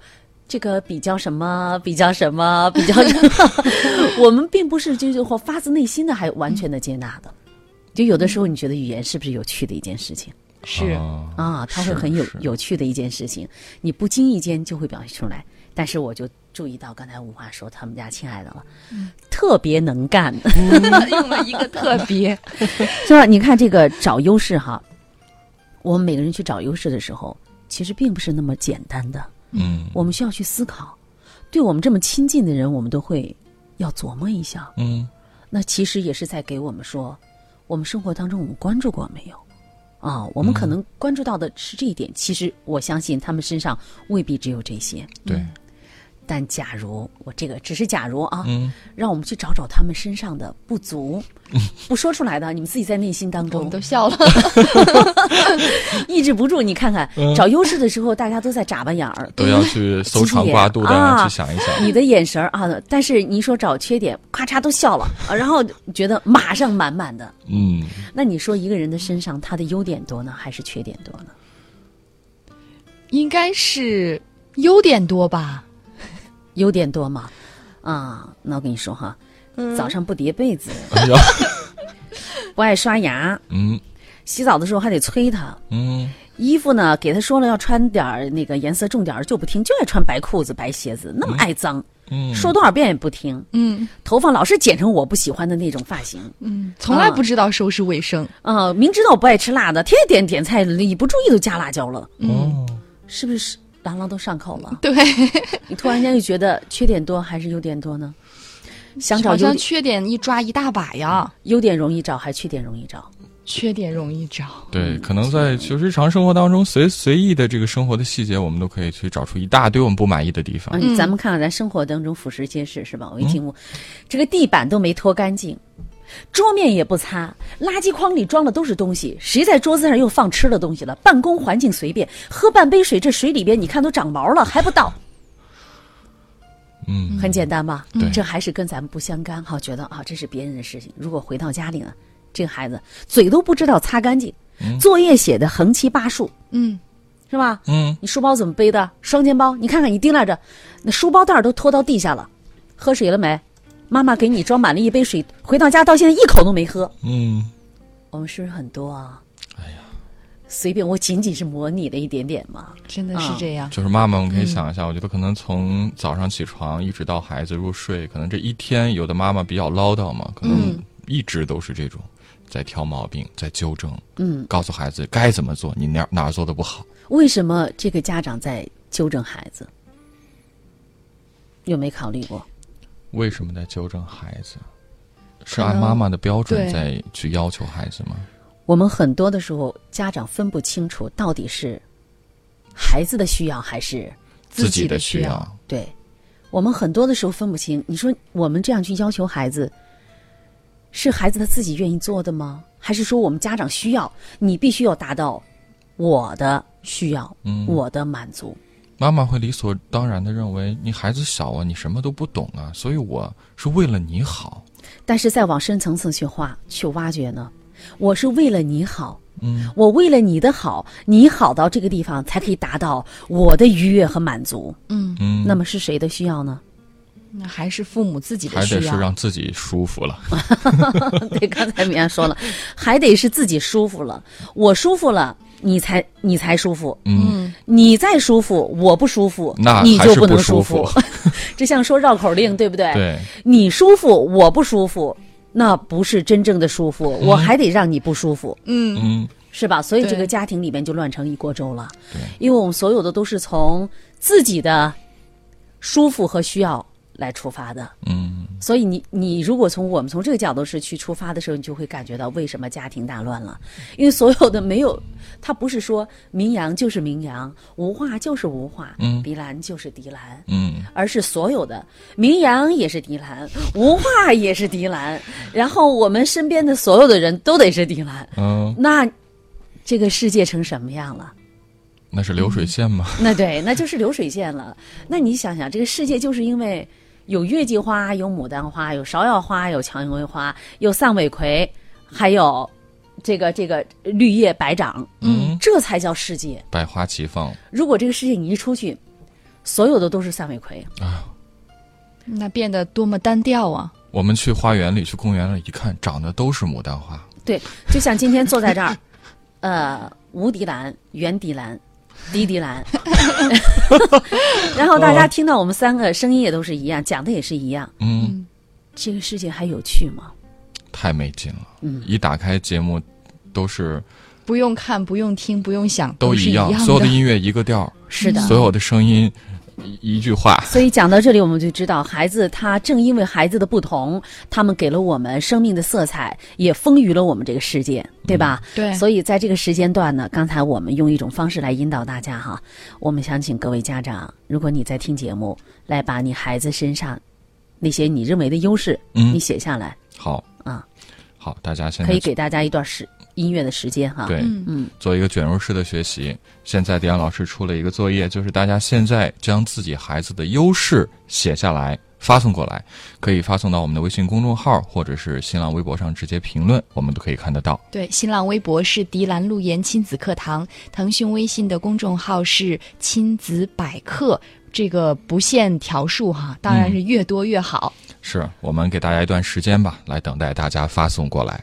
Speaker 7: 这个比较什么？比较什么？ 比较什么？我们并不是就是或发自内心的，还完全的接纳的。就有的时候，你觉得语言是不是有趣的一件事情？
Speaker 8: 是、
Speaker 5: 哦
Speaker 7: 啊，它会
Speaker 5: 是
Speaker 7: 很有
Speaker 5: 是
Speaker 7: 有趣的一件事情，你不经意间就会表现出来。但是我就注意到刚才吴华说他们家亲爱的了，
Speaker 5: 嗯
Speaker 7: 特别能干，
Speaker 8: 用了一个特别，
Speaker 7: 就是你看这个找优势哈，我们每个人去找优势的时候，其实并不是那么简单的，
Speaker 5: 嗯
Speaker 7: 我们需要去思考。对我们这么亲近的人，我们都会要琢磨一下。
Speaker 5: 嗯
Speaker 7: 那其实也是在给我们说，我们生活当中我们关注过没有？啊，我们可能关注到的是这一点，其实我相信他们身上未必只有这些。
Speaker 5: 对，
Speaker 8: 嗯
Speaker 7: 但假如我这个只是假如啊，
Speaker 5: 嗯
Speaker 7: 让我们去找找他们身上的不 足，不说出来的，你们自己在内心当
Speaker 8: 我
Speaker 7: 中
Speaker 8: 们都笑了。
Speaker 7: 抑制不住。你看看，
Speaker 5: 嗯
Speaker 7: 找优势的时候，大家都在眨巴眼儿，
Speaker 5: 都要去搜肠刮肚的
Speaker 7: 啊
Speaker 5: 去想一想，
Speaker 7: 你的眼神儿啊，但是你一说找缺点，咔嚓都笑了，啊然后觉得马上满满的。
Speaker 5: 嗯，
Speaker 7: 那你说一个人的身上，他的优点多呢，还是缺点多呢？
Speaker 8: 应该是优点多吧？
Speaker 7: 优点多吗？啊，那我跟你说哈，早上不叠被子，
Speaker 5: 哎呀，
Speaker 7: 不爱刷牙，
Speaker 5: 嗯
Speaker 7: 洗澡的时候还得催他。
Speaker 5: 嗯
Speaker 7: 衣服呢，给他说了要穿点儿那个颜色重点儿，就不听，就爱穿白裤子、白鞋子，那么爱脏，
Speaker 5: 嗯，
Speaker 7: 说多少遍也不听。
Speaker 8: 嗯
Speaker 7: 头发老是剪成我不喜欢的那种发型，
Speaker 8: 嗯，从来不知道收拾卫生。
Speaker 7: 啊、明知道我不爱吃辣的，天天点点菜，一不注意都加辣椒了，
Speaker 8: 嗯，
Speaker 5: 哦
Speaker 7: 是不是？朗朗都上口了，
Speaker 8: 对，
Speaker 7: 你突然间就觉得缺点多还是优点多呢？想找
Speaker 8: 好
Speaker 7: 优
Speaker 8: 像
Speaker 7: 点
Speaker 8: 缺点一抓一大把呀，
Speaker 7: 优点容易找还是缺点容易找？
Speaker 8: 缺点容易找。
Speaker 5: 对，可能在就日常生活当中随随意的这个生活的细节，我们都可以去找出一大堆我们不满意的地方。
Speaker 7: 嗯，咱们看看咱生活当中俯拾皆是是
Speaker 8: 嗯
Speaker 7: 吧？我一进屋，这个地板都没拖干净，桌面也不擦，垃圾筐里装的都是东西，谁在桌子上又放吃的东西了？办公环境随便，喝半杯水，这水里边你看都长毛了，还不倒，
Speaker 5: 嗯，
Speaker 7: 很简单吧？
Speaker 5: 对
Speaker 7: 这还是跟咱们不相干哈，觉得啊这是别人的事情。如果回到家里呢，这个孩子嘴都不知道擦干净，作业写的横七八竖，
Speaker 8: 嗯，
Speaker 7: 是吧？
Speaker 5: 嗯，
Speaker 7: 你书包怎么背的？双肩包，你看看你盯拉着，那书包袋儿都拖到地下了。喝水了没？妈妈给你装满了一杯水，回到家到现在一口都没喝。
Speaker 5: 嗯，
Speaker 7: 我们是不是很多啊？哎呀，随便，我仅仅是模拟了一点点嘛。
Speaker 8: 真的是这样。
Speaker 5: 就是妈妈，我们可以想一下，我觉得可能从早上起床一直到孩子入睡，可能这一天有的妈妈比较唠叨嘛，可能一直都是这种。在挑毛病，在纠正，嗯，告诉孩子该怎么做，你哪哪儿做的不好，
Speaker 7: 为什么这个家长在纠正孩子？有没考虑过？
Speaker 5: 为什么在纠正孩子？是按妈妈的标准
Speaker 8: 对
Speaker 5: 在去要求孩子吗？
Speaker 7: 我们很多的时候，家长分不清楚到底是孩子的需要还是
Speaker 8: 自己
Speaker 5: 己
Speaker 8: 的
Speaker 5: 需
Speaker 8: 需要
Speaker 5: 要，
Speaker 7: 对，我们很多的时候分不清。你说我们这样去要求孩子，是孩子他自己愿意做的吗？还是说我们家长需要你必须要达到我的需要，
Speaker 5: 嗯
Speaker 7: 我的满足？
Speaker 5: 妈妈会理所当然的认为你孩子小啊，你什么都不懂啊，所以我是为了你好。
Speaker 7: 但是再往深层次去画去挖掘呢，我是为了你好，
Speaker 5: 嗯，
Speaker 7: 我为了你的好，你好到这个地方才可以达到我的愉悦和满足。
Speaker 8: 嗯，
Speaker 5: 嗯，
Speaker 7: 那么是谁的需要呢？
Speaker 8: 那还是父母自己的
Speaker 5: 还得
Speaker 8: 需
Speaker 5: 是
Speaker 8: 要。
Speaker 5: 让自己舒服了。
Speaker 7: 对，刚才米娅说了，还得是自己舒服了，我舒服了，你才你才舒服，
Speaker 5: 嗯，
Speaker 7: 你再舒服，我不舒服，
Speaker 5: 那
Speaker 7: 你
Speaker 5: 还
Speaker 7: 就是能
Speaker 5: 不舒
Speaker 7: 服
Speaker 5: 服。
Speaker 7: 这像说绕口令，对不对？
Speaker 5: 对，
Speaker 7: 你舒服，我不舒服，那不是真正的舒服，我还得让你不舒服，
Speaker 8: 嗯，
Speaker 5: 嗯，
Speaker 7: 是吧？所以
Speaker 8: 对
Speaker 7: 这个家庭里面就乱成一锅粥了
Speaker 5: 对，
Speaker 7: 因为我们所有的都是从自己的舒服和需要来出发的。
Speaker 5: 嗯，
Speaker 7: 所以你你如果从我们从这个角度是去出发的时候，你就会感觉到为什么家庭大乱了，
Speaker 5: 嗯
Speaker 7: 因为所有的没有，他不是说名扬就是名扬，无话就是无话，
Speaker 5: 嗯
Speaker 7: 迪兰就是迪兰。
Speaker 5: 嗯，
Speaker 7: 而是所有的名扬也是迪兰，无话也是迪兰，然后我们身边的所有的人都得是迪兰，
Speaker 5: 嗯，
Speaker 7: 那这个世界成什么样了？
Speaker 5: 那是流水线吗？
Speaker 7: 那对，那就是流水线了。那你想想，这个世界就是因为有月季花，有牡丹花，有芍药花，有蔷薇花，有散尾葵，还有这个这个绿叶百长，
Speaker 5: 嗯，
Speaker 7: 这才叫世界。
Speaker 5: 百花齐放
Speaker 7: 如果这个世界你一出去，所有的都是散尾葵，
Speaker 5: 啊！嗯
Speaker 9: 那变得多么单调啊！
Speaker 5: 我们去花园里、去公园里一看，长得都是牡丹花。
Speaker 7: 对，就像今天坐在这儿，呃，无迪兰、袁迪兰、迪迪兰，然后大家听到我们三个声音也都是一样，讲的也是一样。
Speaker 5: 嗯，
Speaker 7: 这个世界还有趣吗？
Speaker 5: 太没劲了。
Speaker 7: 嗯
Speaker 5: 一打开节目，都是
Speaker 9: 不用看，不用听，不用想，
Speaker 5: 都
Speaker 9: 都是
Speaker 5: 一样，
Speaker 9: 样
Speaker 5: 所有的音乐一个调儿，
Speaker 7: 是的，
Speaker 5: 嗯所有的声音一一句话。
Speaker 7: 啊所以讲到这里，我们就知道，孩子他正因为孩子的不同，他们给了我们生命的色彩，也丰腴了我们这个世界，对吧？
Speaker 9: 对
Speaker 7: 所以在这个时间段呢，刚才我们用一种方式来引导大家哈，我们想请各位家长，如果你在听节目，来把你孩子身上那些你认为的优势，
Speaker 5: 嗯
Speaker 7: 你写下来，
Speaker 5: 好
Speaker 7: 啊，
Speaker 5: 好，大家现在
Speaker 7: 可以给大家一段时音乐的时间哈。
Speaker 5: 对，
Speaker 7: 嗯，
Speaker 5: 做一个卷入式的学习。现在迪安老师出了一个作业，就是大家现在将自己孩子的优势写下来。发送过来，可以发送到我们的微信公众号或者是新浪微博上直接评论，我们都可以看得到。
Speaker 8: 对，新浪微博是迪兰路言亲子课堂，腾讯微信的公众号是亲子百科，这个不限条数哈，当然是越多越好。
Speaker 5: 是我们给大家一段时间吧，来等待大家发送过来。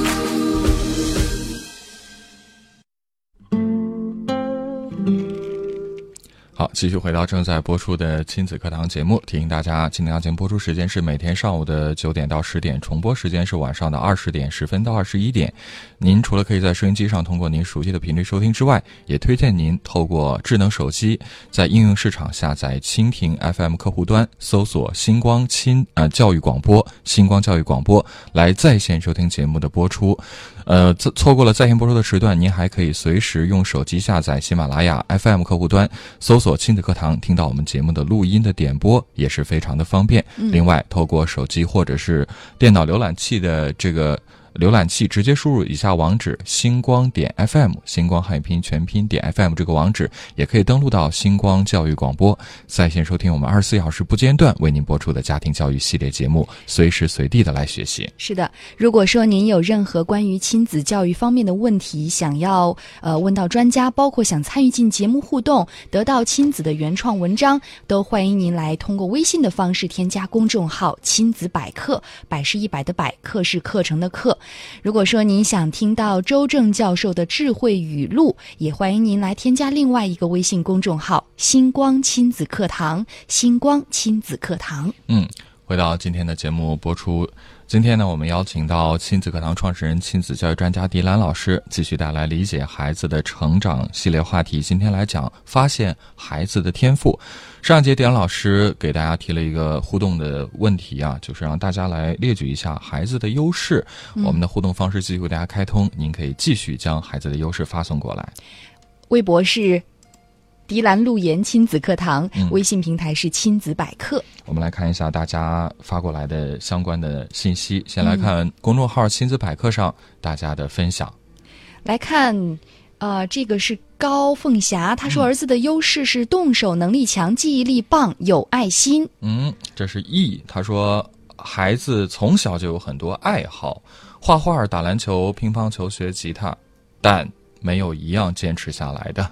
Speaker 5: 好，继续回到正在播出的亲子课堂节目，提醒大家，亲子课堂节目播出时间是每天上午的九点到十点，重播时间是晚上的二十点十分到二十一点。您除了可以在收音机上通过您熟悉的频率收听之外，也推荐您透过智能手机在应用市场下载蜻蜓 FM 客户端，搜索“星光亲”呃教育广播、星光教育广播来在线收听节目的播出。呃，错错过了在线播出的时段，您还可以随时用手机下载喜马拉雅 FM 客户端，搜索“亲子课堂”，听到我们节目的录音的点播，也是非常的方便。另外，透过手机或者是电脑浏览器的这个。浏览器直接输入以下网址：星光点 FM，星光汉语拼音全拼点 FM 这个网址，也可以登录到星光教育广播，在线收听我们二十四小时不间断为您播出的家庭教育系列节目，随时随地的来学习。
Speaker 8: 是的，如果说您有任何关于亲子教育方面的问题，想要呃问到专家，包括想参与进节目互动，得到亲子的原创文章，都欢迎您来通过微信的方式添加公众号“亲子百科”，百是一百的百，课是课程的课。如果说您想听到周正教授的智慧语录，也欢迎您来添加另外一个微信公众号“星光亲子课堂”，星光亲子课堂。
Speaker 5: 嗯，回到今天的节目播出，今天呢，我们邀请到亲子课堂创始人、亲子教育专家迪兰老师，继续带来理解孩子的成长系列话题。今天来讲发现孩子的天赋。上一节迪兰老师给大家提了一个互动的问题啊，就是让大家来列举一下孩子的优势。我们的互动方式继续为大家开通，您可以继续将孩子的优势发送过来。
Speaker 8: 微博是迪兰路言亲子课堂，
Speaker 5: 嗯
Speaker 8: 微信平台是亲子百科。
Speaker 5: 我们来看一下大家发过来的相关的信息。先来看公众号“亲子百科”上大家的分享。
Speaker 8: 来看，呃，这个是高凤霞，她说儿子的优势是动手能力强、记忆力棒、有爱心。
Speaker 5: 嗯，这是 E，他说孩子从小就有很多爱好，画画、打篮球、乒乓球、学吉他，但没有一样坚持下来的。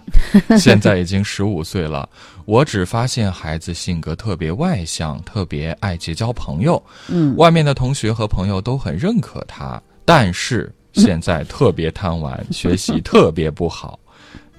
Speaker 5: 现在已经十五岁了，我只发现孩子性格特别外向，特别爱结交朋友，
Speaker 7: 嗯，
Speaker 5: 外面的同学和朋友都很认可他，但是现在特别贪玩，学习特别不好。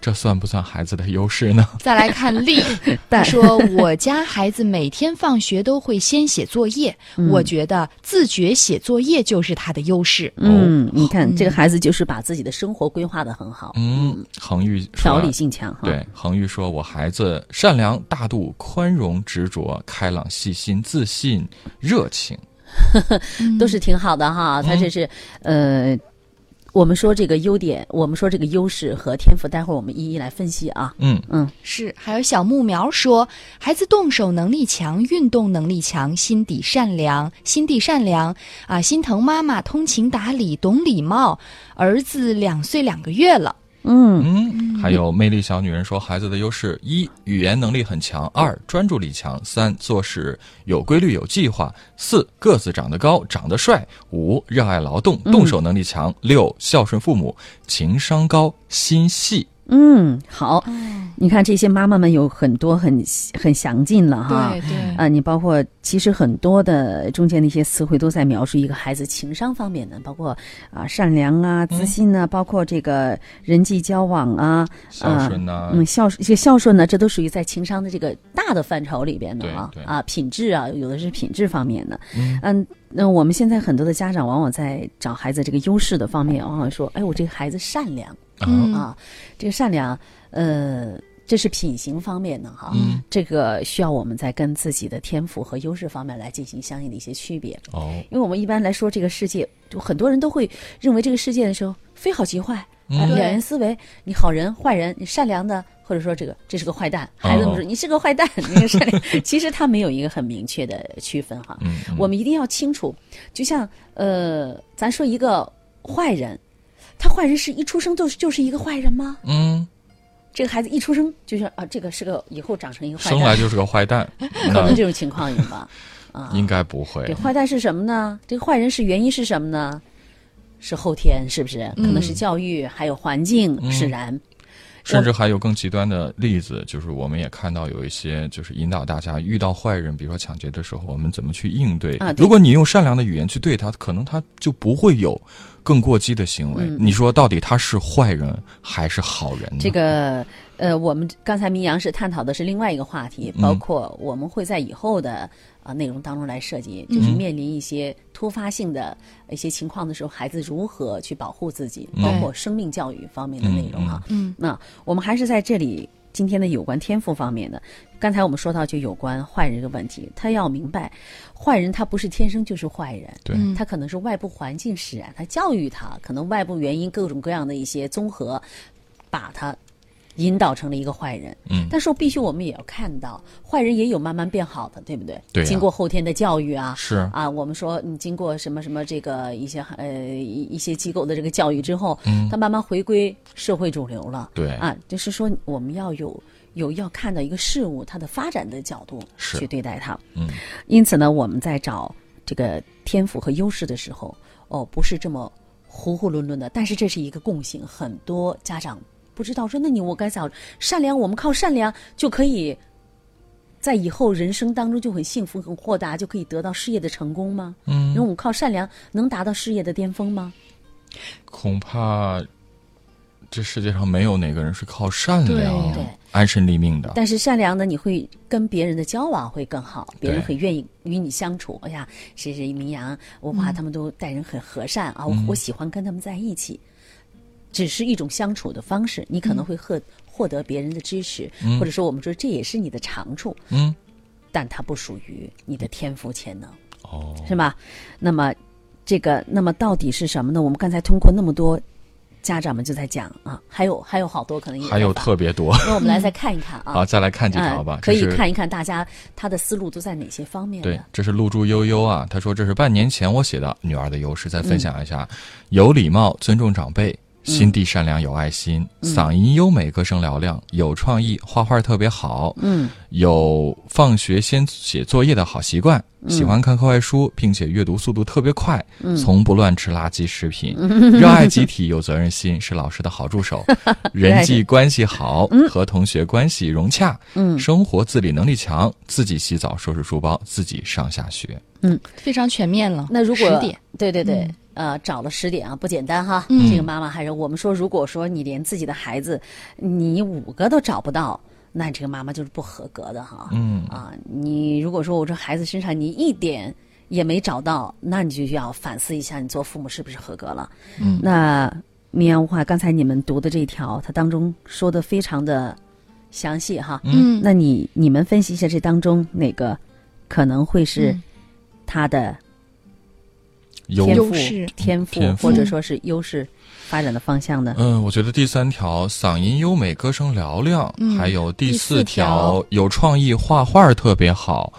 Speaker 5: 这算不算孩子的优势呢？
Speaker 6: 再来看丽，他说我家孩子每天放学都会先写作业，我觉得自觉写作业就是他的优势。
Speaker 7: 嗯，你看这个孩子就是把自己的生活规划的很好，
Speaker 5: 哦嗯，恒玉说
Speaker 7: 条理性强哈。
Speaker 5: 对，恒玉说：“我孩子善良、大度、宽容、执着、开朗、细心、自信、热情。
Speaker 7: 都是挺好的
Speaker 5: 嗯
Speaker 7: 哈。他这是，呃，我们说这个优点，我们说这个优势和天赋，待会儿我们一一来分析啊”。
Speaker 5: 嗯，
Speaker 6: 是，还有小木苗说，孩子动手能力强，运动能力强，心底善良，心地善良啊，心疼妈妈，通情达理，懂礼貌。儿子两岁两个月了，
Speaker 7: 嗯，
Speaker 5: 嗯，还有魅力小女人说：“孩子的优势：一、语言能力很强；二、专注力强；三、做事有规律、有计划；四、个子长得高、长得帅；五、热爱劳动、动手能力
Speaker 7: 嗯
Speaker 5: 强；六、孝顺父母，情商高，心细。
Speaker 7: 嗯，好，你看这些妈妈们有很多很很详尽了哈。
Speaker 8: 对对，
Speaker 7: 啊，你包括其实很多的中间的一些词汇都在描述一个孩子情商方面的，包括啊善良啊、自信啊，包括这个人际交往啊，
Speaker 5: 孝顺呐、
Speaker 7: 嗯，孝顺这孝顺呢，这都属于在情商的这个大的范畴里边的啊
Speaker 5: 对对
Speaker 7: 啊，品质啊，有的是品质方面的。嗯，那我们现在很多的家长往往在找孩子这个优势的方面，往往说，哎，我这个孩子善良
Speaker 5: 嗯
Speaker 7: 啊，这个善良，呃。这是品行方面的哈，
Speaker 5: 嗯
Speaker 7: 这个需要我们在跟自己的天赋和优势方面来进行相应的一些区别。
Speaker 5: 哦，
Speaker 7: 因为我们一般来说，这个世界，就很多人都会认为这个世界的时候，非好即坏，
Speaker 5: 嗯
Speaker 7: 啊，
Speaker 8: 对
Speaker 7: 两人思维，你好人、坏人，你善良的，或者说这个这是个坏蛋， 孩子们说、
Speaker 5: 哦
Speaker 7: 你是个坏蛋， 你是善良，其实他没有一个很明确的区分哈。
Speaker 5: 嗯，嗯
Speaker 7: 我们一定要清楚，就像呃，咱说一个坏人，他坏人是一出生就是就是一个坏人吗？
Speaker 5: 嗯，
Speaker 7: 这个孩子一出生就是啊，这个是个以后长成一个坏
Speaker 5: 生来
Speaker 7: 蛋，
Speaker 5: 就是个坏蛋，
Speaker 7: 可能
Speaker 5: 那
Speaker 7: 这种情况有 吧？啊，
Speaker 5: 应该不会
Speaker 7: 这。坏蛋是什么呢？这个坏人是原因是什么呢？是后天，是不是？可
Speaker 5: 嗯
Speaker 7: 能是教育，还有环境使然。
Speaker 5: 甚至还有更极端的例子，就是我们也看到有一些，就是引导大家遇到坏人，比如说抢劫的时候，我们怎么去应对？
Speaker 7: 啊对
Speaker 5: 如果你用善良的语言去对他，可能他就不会有更过激的行为。你说到底他是坏人还是好人呢？
Speaker 7: 嗯这个呃，我们刚才明阳是探讨的是另外一个话题，包
Speaker 8: 嗯
Speaker 7: 括我们会在以后的啊、呃内容当中来涉及，
Speaker 8: 嗯
Speaker 7: 就是面临一些突发性的一些情况的时候，孩子如何去保护自己，包括生命教育方面的内容哈。
Speaker 8: 嗯，
Speaker 7: 那我们还是在这里。今天的有关天赋方面的，刚才我们说到就有关坏人这个问题，他要明白，坏人他不是天生就是坏人，
Speaker 5: 对，
Speaker 8: 嗯
Speaker 7: 他可能是外部环境使然，他教育他，可能外部原因各种各样的一些综合，把他引导成了一个坏人。
Speaker 5: 嗯
Speaker 7: 但是必须我们也要看到，坏人也有慢慢变好的，对不对？
Speaker 5: 对呀啊
Speaker 7: 经过后天的教育啊。
Speaker 5: 是
Speaker 7: 啊，我们说你经过什么什么这个一些呃一一些机构的这个教育之后，
Speaker 5: 嗯
Speaker 7: 他慢慢回归社会主流了。
Speaker 5: 对
Speaker 7: 啊，就是说我们要有有要看到一个事物它的发展的角度
Speaker 5: 是
Speaker 7: 去对待它。
Speaker 5: 嗯，
Speaker 7: 因此呢，我们在找这个天赋和优势的时候，哦，不是这么糊糊抡抡的。但是这是一个共性，很多家长不知道说，那你我该找善良，我们靠善良就可以。在以后人生当中就很幸福、很豁达，就可以得到事业的成功吗？嗯，因为我们靠善良能达到事业的巅峰吗？
Speaker 5: 恐怕这世界上没有哪个人是靠善良
Speaker 7: 对对
Speaker 5: 安身立命的。
Speaker 7: 但是善良呢，你会跟别人的交往会更好，别人
Speaker 5: 对
Speaker 7: 很愿意与你相处。哎呀，谁谁明阳，我
Speaker 5: 嗯
Speaker 7: 哇，他们都待人很和善啊，我我喜欢跟他们在一起。只是一种相处的方式，你可能会获
Speaker 5: 嗯
Speaker 7: 获得别人的支持，或者说我们说这也是你的长处，
Speaker 5: 嗯，
Speaker 7: 但它不属于你的天赋潜能。
Speaker 5: 哦，
Speaker 7: 是吧？那么这个，那么到底是什么呢？我们刚才通过那么多家长们就在讲啊，还有还有好多可能也
Speaker 5: 还有
Speaker 7: 在
Speaker 5: 特别多。
Speaker 7: 那我们来再看一看 啊，
Speaker 5: 好，再来看几条
Speaker 7: 嗯
Speaker 5: 吧。
Speaker 7: 可以
Speaker 5: 这是
Speaker 7: 看一看大家他的思路都在哪些方面
Speaker 5: 对
Speaker 7: 呢？，
Speaker 5: 这是露珠悠悠啊，他说这是半年前我写的女儿的优势，再分享一下：
Speaker 7: 嗯
Speaker 5: 有礼貌，尊重长辈，心地善良，有爱心，
Speaker 7: 嗯
Speaker 5: 嗓音优美，歌声嘹亮，有创意，画画特别好，
Speaker 7: 嗯，
Speaker 5: 有放学先写作业的好习惯，
Speaker 7: 嗯
Speaker 5: 喜欢看课外书，并且阅读速度特别快，从不乱吃垃圾食品，
Speaker 7: 嗯
Speaker 5: 热爱集体，有责任心，是老师的好助 手，人际关系好，
Speaker 7: 嗯
Speaker 5: 和同学关系融洽，生活自理能力强，自己洗澡、收拾书包，自己上下学。
Speaker 8: 非常全面了。
Speaker 7: 那如果
Speaker 8: 十点，
Speaker 7: 对对对，
Speaker 5: 嗯
Speaker 7: 呃，找了十点啊，不简单哈。这个妈妈还是我们说，如果说你连自己的孩子，你五个都找不到，那这个妈妈就是不合格的哈。
Speaker 5: 嗯
Speaker 7: 啊，你如果说我这孩子身上你一点也没找到，那你就要反思一下，你做父母是不是合格了？嗯，那绵阳文化刚才你们读的这一条，它当中说的非常的详细哈。
Speaker 8: 嗯
Speaker 7: 那你你们分析一下这当中哪个可能会是
Speaker 8: 嗯
Speaker 7: 他的
Speaker 5: 有
Speaker 7: 天赋
Speaker 8: 优势、
Speaker 7: 天
Speaker 5: 天
Speaker 7: 赋
Speaker 5: 赋
Speaker 7: 或者说是优势发展的方向呢？
Speaker 5: 嗯，我觉得第三条嗓音优美，歌声嘹亮，
Speaker 8: 嗯
Speaker 5: 还有第四
Speaker 8: 第四条
Speaker 5: 有创意，画画特别好。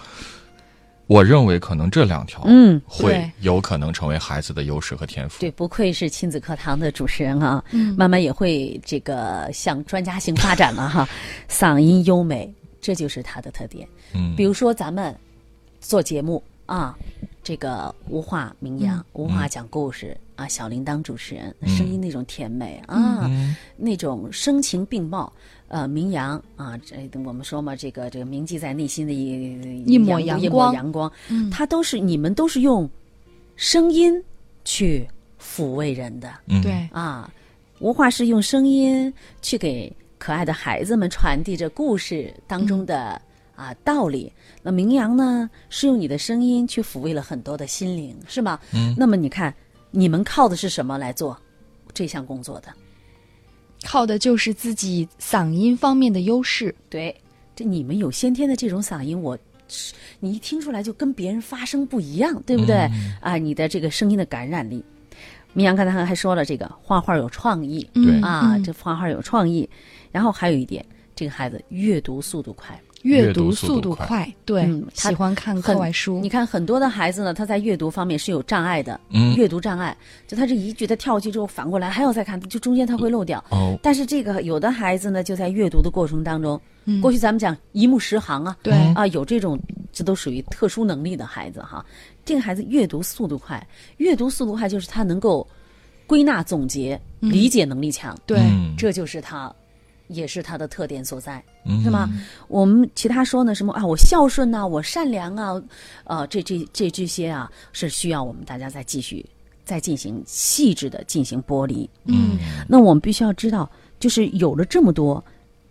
Speaker 5: 我认为可能这两条
Speaker 7: 嗯，
Speaker 5: 会
Speaker 8: 对
Speaker 5: 有可能成为孩子的优势和天赋。
Speaker 7: 对，不愧是亲子课堂的主持人啊，
Speaker 8: 嗯
Speaker 7: 慢慢也会这个向专家性发展了哈。嗓音优美，这就是他的特点。
Speaker 5: 嗯，
Speaker 7: 比如说咱们做节目啊，这个无话名扬，无话讲故事啊，小铃铛主持人、声音那种甜美啊，那种声情并茂。呃，名扬啊，这我们说嘛，这个这个铭记在内心的一
Speaker 8: 一抹阳
Speaker 7: 一抹
Speaker 8: 光嗯
Speaker 7: 阳光，它都是你们都是用声音去抚慰人的，
Speaker 5: 嗯，
Speaker 8: 对，
Speaker 7: 啊，文化是用声音去给可爱的孩子们传递着故事当中的、
Speaker 8: 嗯
Speaker 7: 啊道理。那名扬呢，是用你的声音去抚慰了很多的心灵，是吗？嗯。那么你看，你们靠的是什么来做这项工作的？
Speaker 8: 靠的就是自己嗓音方面的优势。
Speaker 7: 对，这你们有先天的这种嗓音，我是你一听出来就跟别人发声不一样，对不对？
Speaker 5: 嗯
Speaker 7: 啊，你的这个声音的感染力。明阳刚才还说了，这个画画有创意，
Speaker 5: 对
Speaker 8: 嗯
Speaker 7: 啊，
Speaker 8: 嗯
Speaker 7: 这画画有创意。然后还有一点，这个孩子阅读速度快，
Speaker 8: 阅
Speaker 5: 阅读
Speaker 8: 读
Speaker 5: 速
Speaker 8: 速
Speaker 5: 度
Speaker 8: 度
Speaker 5: 快
Speaker 8: 快，对
Speaker 7: 嗯，他
Speaker 8: 喜欢看课
Speaker 7: 很
Speaker 8: 外书
Speaker 7: 你。看很多的孩子呢，他在阅读方面是有障碍的，
Speaker 5: 嗯
Speaker 7: 阅读障碍，就他这一句他跳过去之后反过来还要再看，就中间他会漏掉。
Speaker 5: 哦，
Speaker 7: 但是这个有的孩子呢，就在阅读的过程当中，
Speaker 8: 嗯
Speaker 7: 过去咱们讲一目十行啊，
Speaker 8: 对
Speaker 5: 嗯
Speaker 7: 啊，有这种这都属于特殊能力的孩子哈。这个孩子阅读速度快，阅读速度快就是他能够归纳总结、理解能力强，
Speaker 8: 对，
Speaker 5: 嗯，
Speaker 7: 这就是他，也是他的特点所在。
Speaker 5: 嗯
Speaker 7: 是吗？？我们其他说呢，什么啊，我孝顺呐、我善良啊，呃，这这这这些啊，是需要我们大家再继续再进行细致的进行剥离。
Speaker 5: 嗯，
Speaker 7: 那我们必须要知道，就是有了这么多，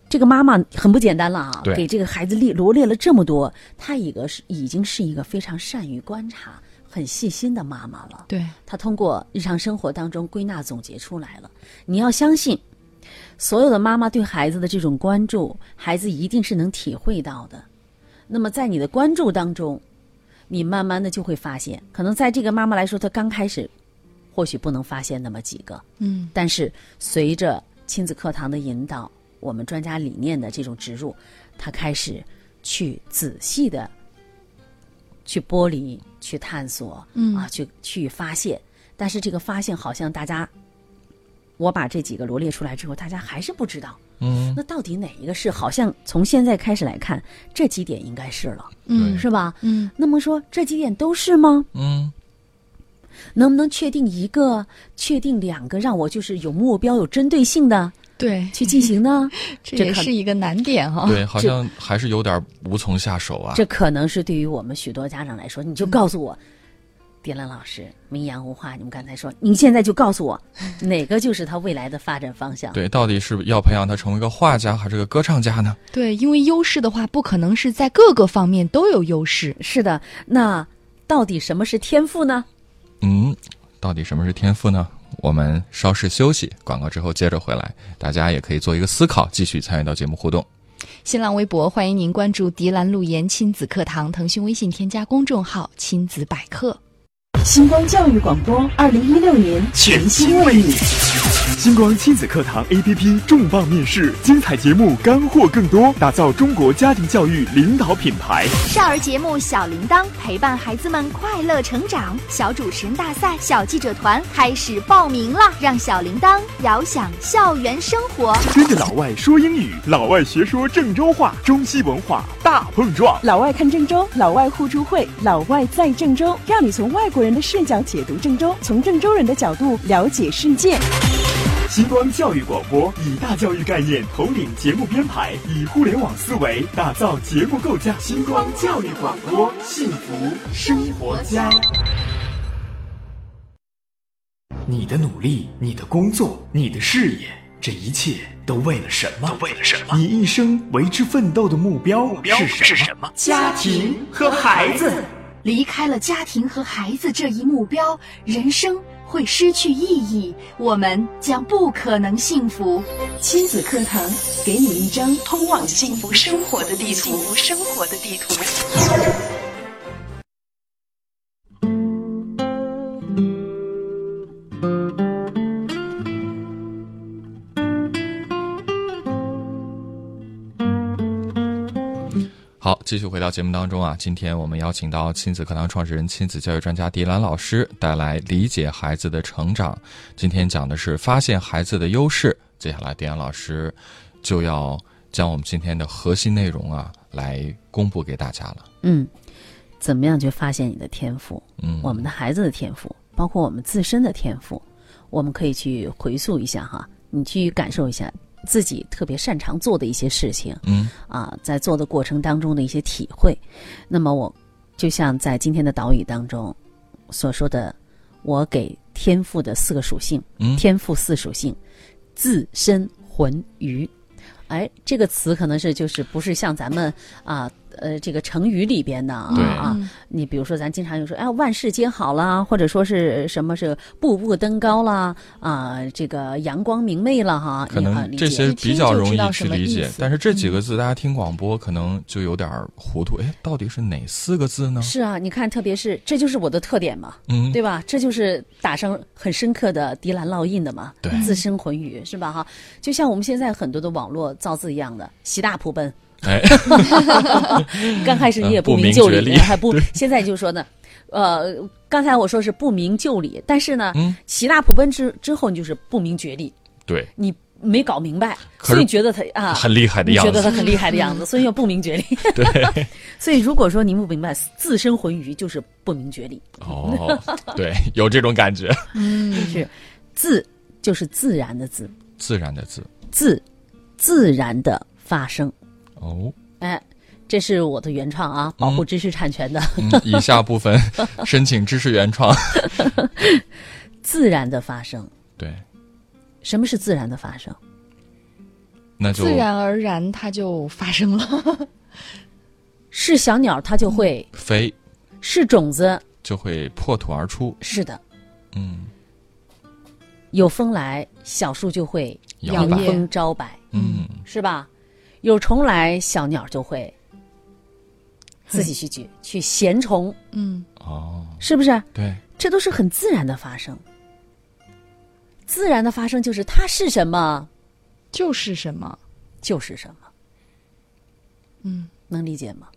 Speaker 7: 这个妈妈很不简单了啊
Speaker 5: 对，
Speaker 7: 给这个孩子列罗列了这么多，她一个是已经是一个非常善于观察、很细心的妈妈了。
Speaker 8: 对，
Speaker 7: 他通过日常生活当中归纳总结出来了。你要相信，所有的妈妈对孩子的这种关注，孩子一定是能体会到的。那么在你的关注当中，你慢慢的就会发现，可能在这个妈妈来说，她刚开始或许不能发现那么几个，
Speaker 8: 嗯，
Speaker 7: 但是随着亲子课堂的引导，我们专家理念的这种植入，她开始去仔细的去剥离、去探索，嗯啊，去去发现。但是这个发现好像大家，我把这几个罗列出来之后，大家还是不知道，嗯，那到底哪一个是？好像从现在开始来看，这几点应该是了，
Speaker 5: 对，
Speaker 7: 是吧？
Speaker 8: 嗯，
Speaker 7: 那么说这几点都是吗？
Speaker 5: 嗯，
Speaker 7: 能不能确定一个、确定两个，让我就是有目标、有针对性的
Speaker 8: 对，
Speaker 7: 去进行呢？
Speaker 8: 这
Speaker 7: 这
Speaker 8: 也
Speaker 7: 可
Speaker 8: 是一个难点哈。
Speaker 5: 对，好像还是有点无从下手啊。
Speaker 7: 哦这可能是对于我们许多家长来说，你就告诉我，迪兰老师，名扬无话，你们刚才说，你现在就告诉我，哪个就是他未来的发展方向？
Speaker 5: 嗯对，到底是要培养他成为一个画家还是个歌唱家呢？
Speaker 8: 对，因为优势的话，不可能是在各个方面都有优势。
Speaker 7: 是的，那到底什么是天赋呢？
Speaker 5: 嗯，到底什么是天赋呢？我们稍事休息，广告之后接着回来，大家也可以做一个思考，继续参与到节目互动。
Speaker 6: 新浪微博欢迎您关注“迪兰路言亲子课堂”，腾讯微信添加公众号“亲子百科”。
Speaker 1: 星光教育广播二零一六年
Speaker 2: 全新为你。星光亲子课堂 APP 重磅面世，精彩节目干货更多，打造中国家庭教育领导品牌。
Speaker 3: 少儿节目《小铃铛》陪伴孩子们快乐成长，小主持人大赛、小记者团开始报名啦！让小铃铛遥想校园生活。
Speaker 2: 跟着老外说英语，老外学说郑州话，中西文化大碰撞。
Speaker 4: 老外看郑州，老外互助会，老外在郑州，让你从外国人的视角解读郑州，从郑州人的角度了解世界。
Speaker 2: 星光教育广播以大教育概念统领节目编排，以互联网思维打造节目构架。星光教育广播，幸福生活家。你的努力、你的工作、你的事业，这一切都为了什么？都为了什么？你一生为之奋斗的目标是什么？是什么？
Speaker 1: 家庭和孩子。
Speaker 3: 离开了家庭和孩子这一目标，人生会失去意义，我们将不可能幸福。
Speaker 1: 亲子课堂给你一张通往幸福生活的地
Speaker 10: 幸
Speaker 1: 图。
Speaker 10: 福生活的地图。
Speaker 5: 好，继续回到节目当中啊，今天我们邀请到亲子课堂创始人、亲子教育专家迪兰老师，带来理解孩子的成长。今天讲的是发现孩子的优势，接下来迪兰老师就要将我们今天的核心内容啊来公布给大家了。
Speaker 7: 嗯，怎么样去发现你的天赋？
Speaker 5: 嗯，
Speaker 7: 我们的孩子的天赋，包括我们自身的天赋，我们可以去回溯一下哈，你去感受一下自己特别擅长做的一些事情，
Speaker 5: 嗯
Speaker 7: 啊，在做的过程当中的一些体会。那么我就像在今天的导语当中所说的，我给天赋的四个属性，
Speaker 5: 嗯
Speaker 7: 天赋四属性，自身浑鱼。哎，这个词可能是就是不是像咱们啊呃这个成语里边的啊
Speaker 5: 对
Speaker 7: 啊，你比如说，咱经常有说，哎，万事皆好啦，或者说是什么是步步登高啦，啊、这个阳光明媚了哈，
Speaker 5: 可
Speaker 7: 你啊
Speaker 5: 能
Speaker 7: 理
Speaker 5: 这
Speaker 7: 解
Speaker 5: 些比较容易去理
Speaker 8: 一听就知道什么意
Speaker 5: 解
Speaker 8: 思，
Speaker 5: 但是这几个字大家听广播可能就有点儿糊涂，哎，到底是哪四个字呢？
Speaker 7: 是啊，你看，特别是这就是我的特点嘛，
Speaker 5: 嗯，
Speaker 7: 对吧？这就是打上很深刻的迪兰烙印的嘛，
Speaker 5: 对
Speaker 7: 自身浑语是吧？哈，就像我们现在很多的网络造字一样的，喜大普奔，
Speaker 5: 哎，
Speaker 7: 刚开始你也
Speaker 5: 嗯不
Speaker 7: 不
Speaker 5: 明
Speaker 7: 明就
Speaker 5: 觉
Speaker 7: 里，
Speaker 5: 厉
Speaker 7: 还 不，现在就说呢，呃，刚才我说是不明就里，但是呢，
Speaker 5: 嗯
Speaker 7: 喜大普奔之之后，你就是不明觉厉，
Speaker 5: 对，
Speaker 7: 你没搞明白，
Speaker 5: 可是
Speaker 7: 所以觉得他啊
Speaker 5: 很厉害的
Speaker 7: 你
Speaker 5: 样
Speaker 7: 觉得
Speaker 5: 子
Speaker 7: 他，很厉害的样子，所以要不明 觉厉。对， 所以如果说您不明白，自身浑鱼就是不明觉厉，
Speaker 5: 哦，对，有这种感觉，
Speaker 7: 是自就是自然的自，
Speaker 5: 自然的字，
Speaker 7: 自自然的发生，
Speaker 5: 哦。
Speaker 7: 哎。这是我的原创啊，保护知识产权的、
Speaker 5: 嗯，以下部分申请知识原创。
Speaker 7: 自然的发生。
Speaker 5: 对，
Speaker 7: 什么是自然的发生？
Speaker 5: 那就
Speaker 8: 自然而然它就发生了。
Speaker 7: 是小鸟它就会，
Speaker 5: 飞
Speaker 7: 是种子，
Speaker 5: 就会破土而出。
Speaker 7: 是的，
Speaker 5: 嗯，
Speaker 7: 有风来，小树就会
Speaker 5: 摇
Speaker 7: 迎
Speaker 5: 摆。
Speaker 7: 风招摆，
Speaker 5: 嗯，
Speaker 7: 是吧？有虫来，小鸟就会自己去去去衔虫，
Speaker 8: 嗯，
Speaker 5: 哦，
Speaker 7: 是不是？
Speaker 5: 对，
Speaker 7: 这都是很自然的发生。自然的发生就是它是什么
Speaker 8: 就是什么？
Speaker 7: 就是什么，
Speaker 8: 嗯，
Speaker 7: 能理解吗？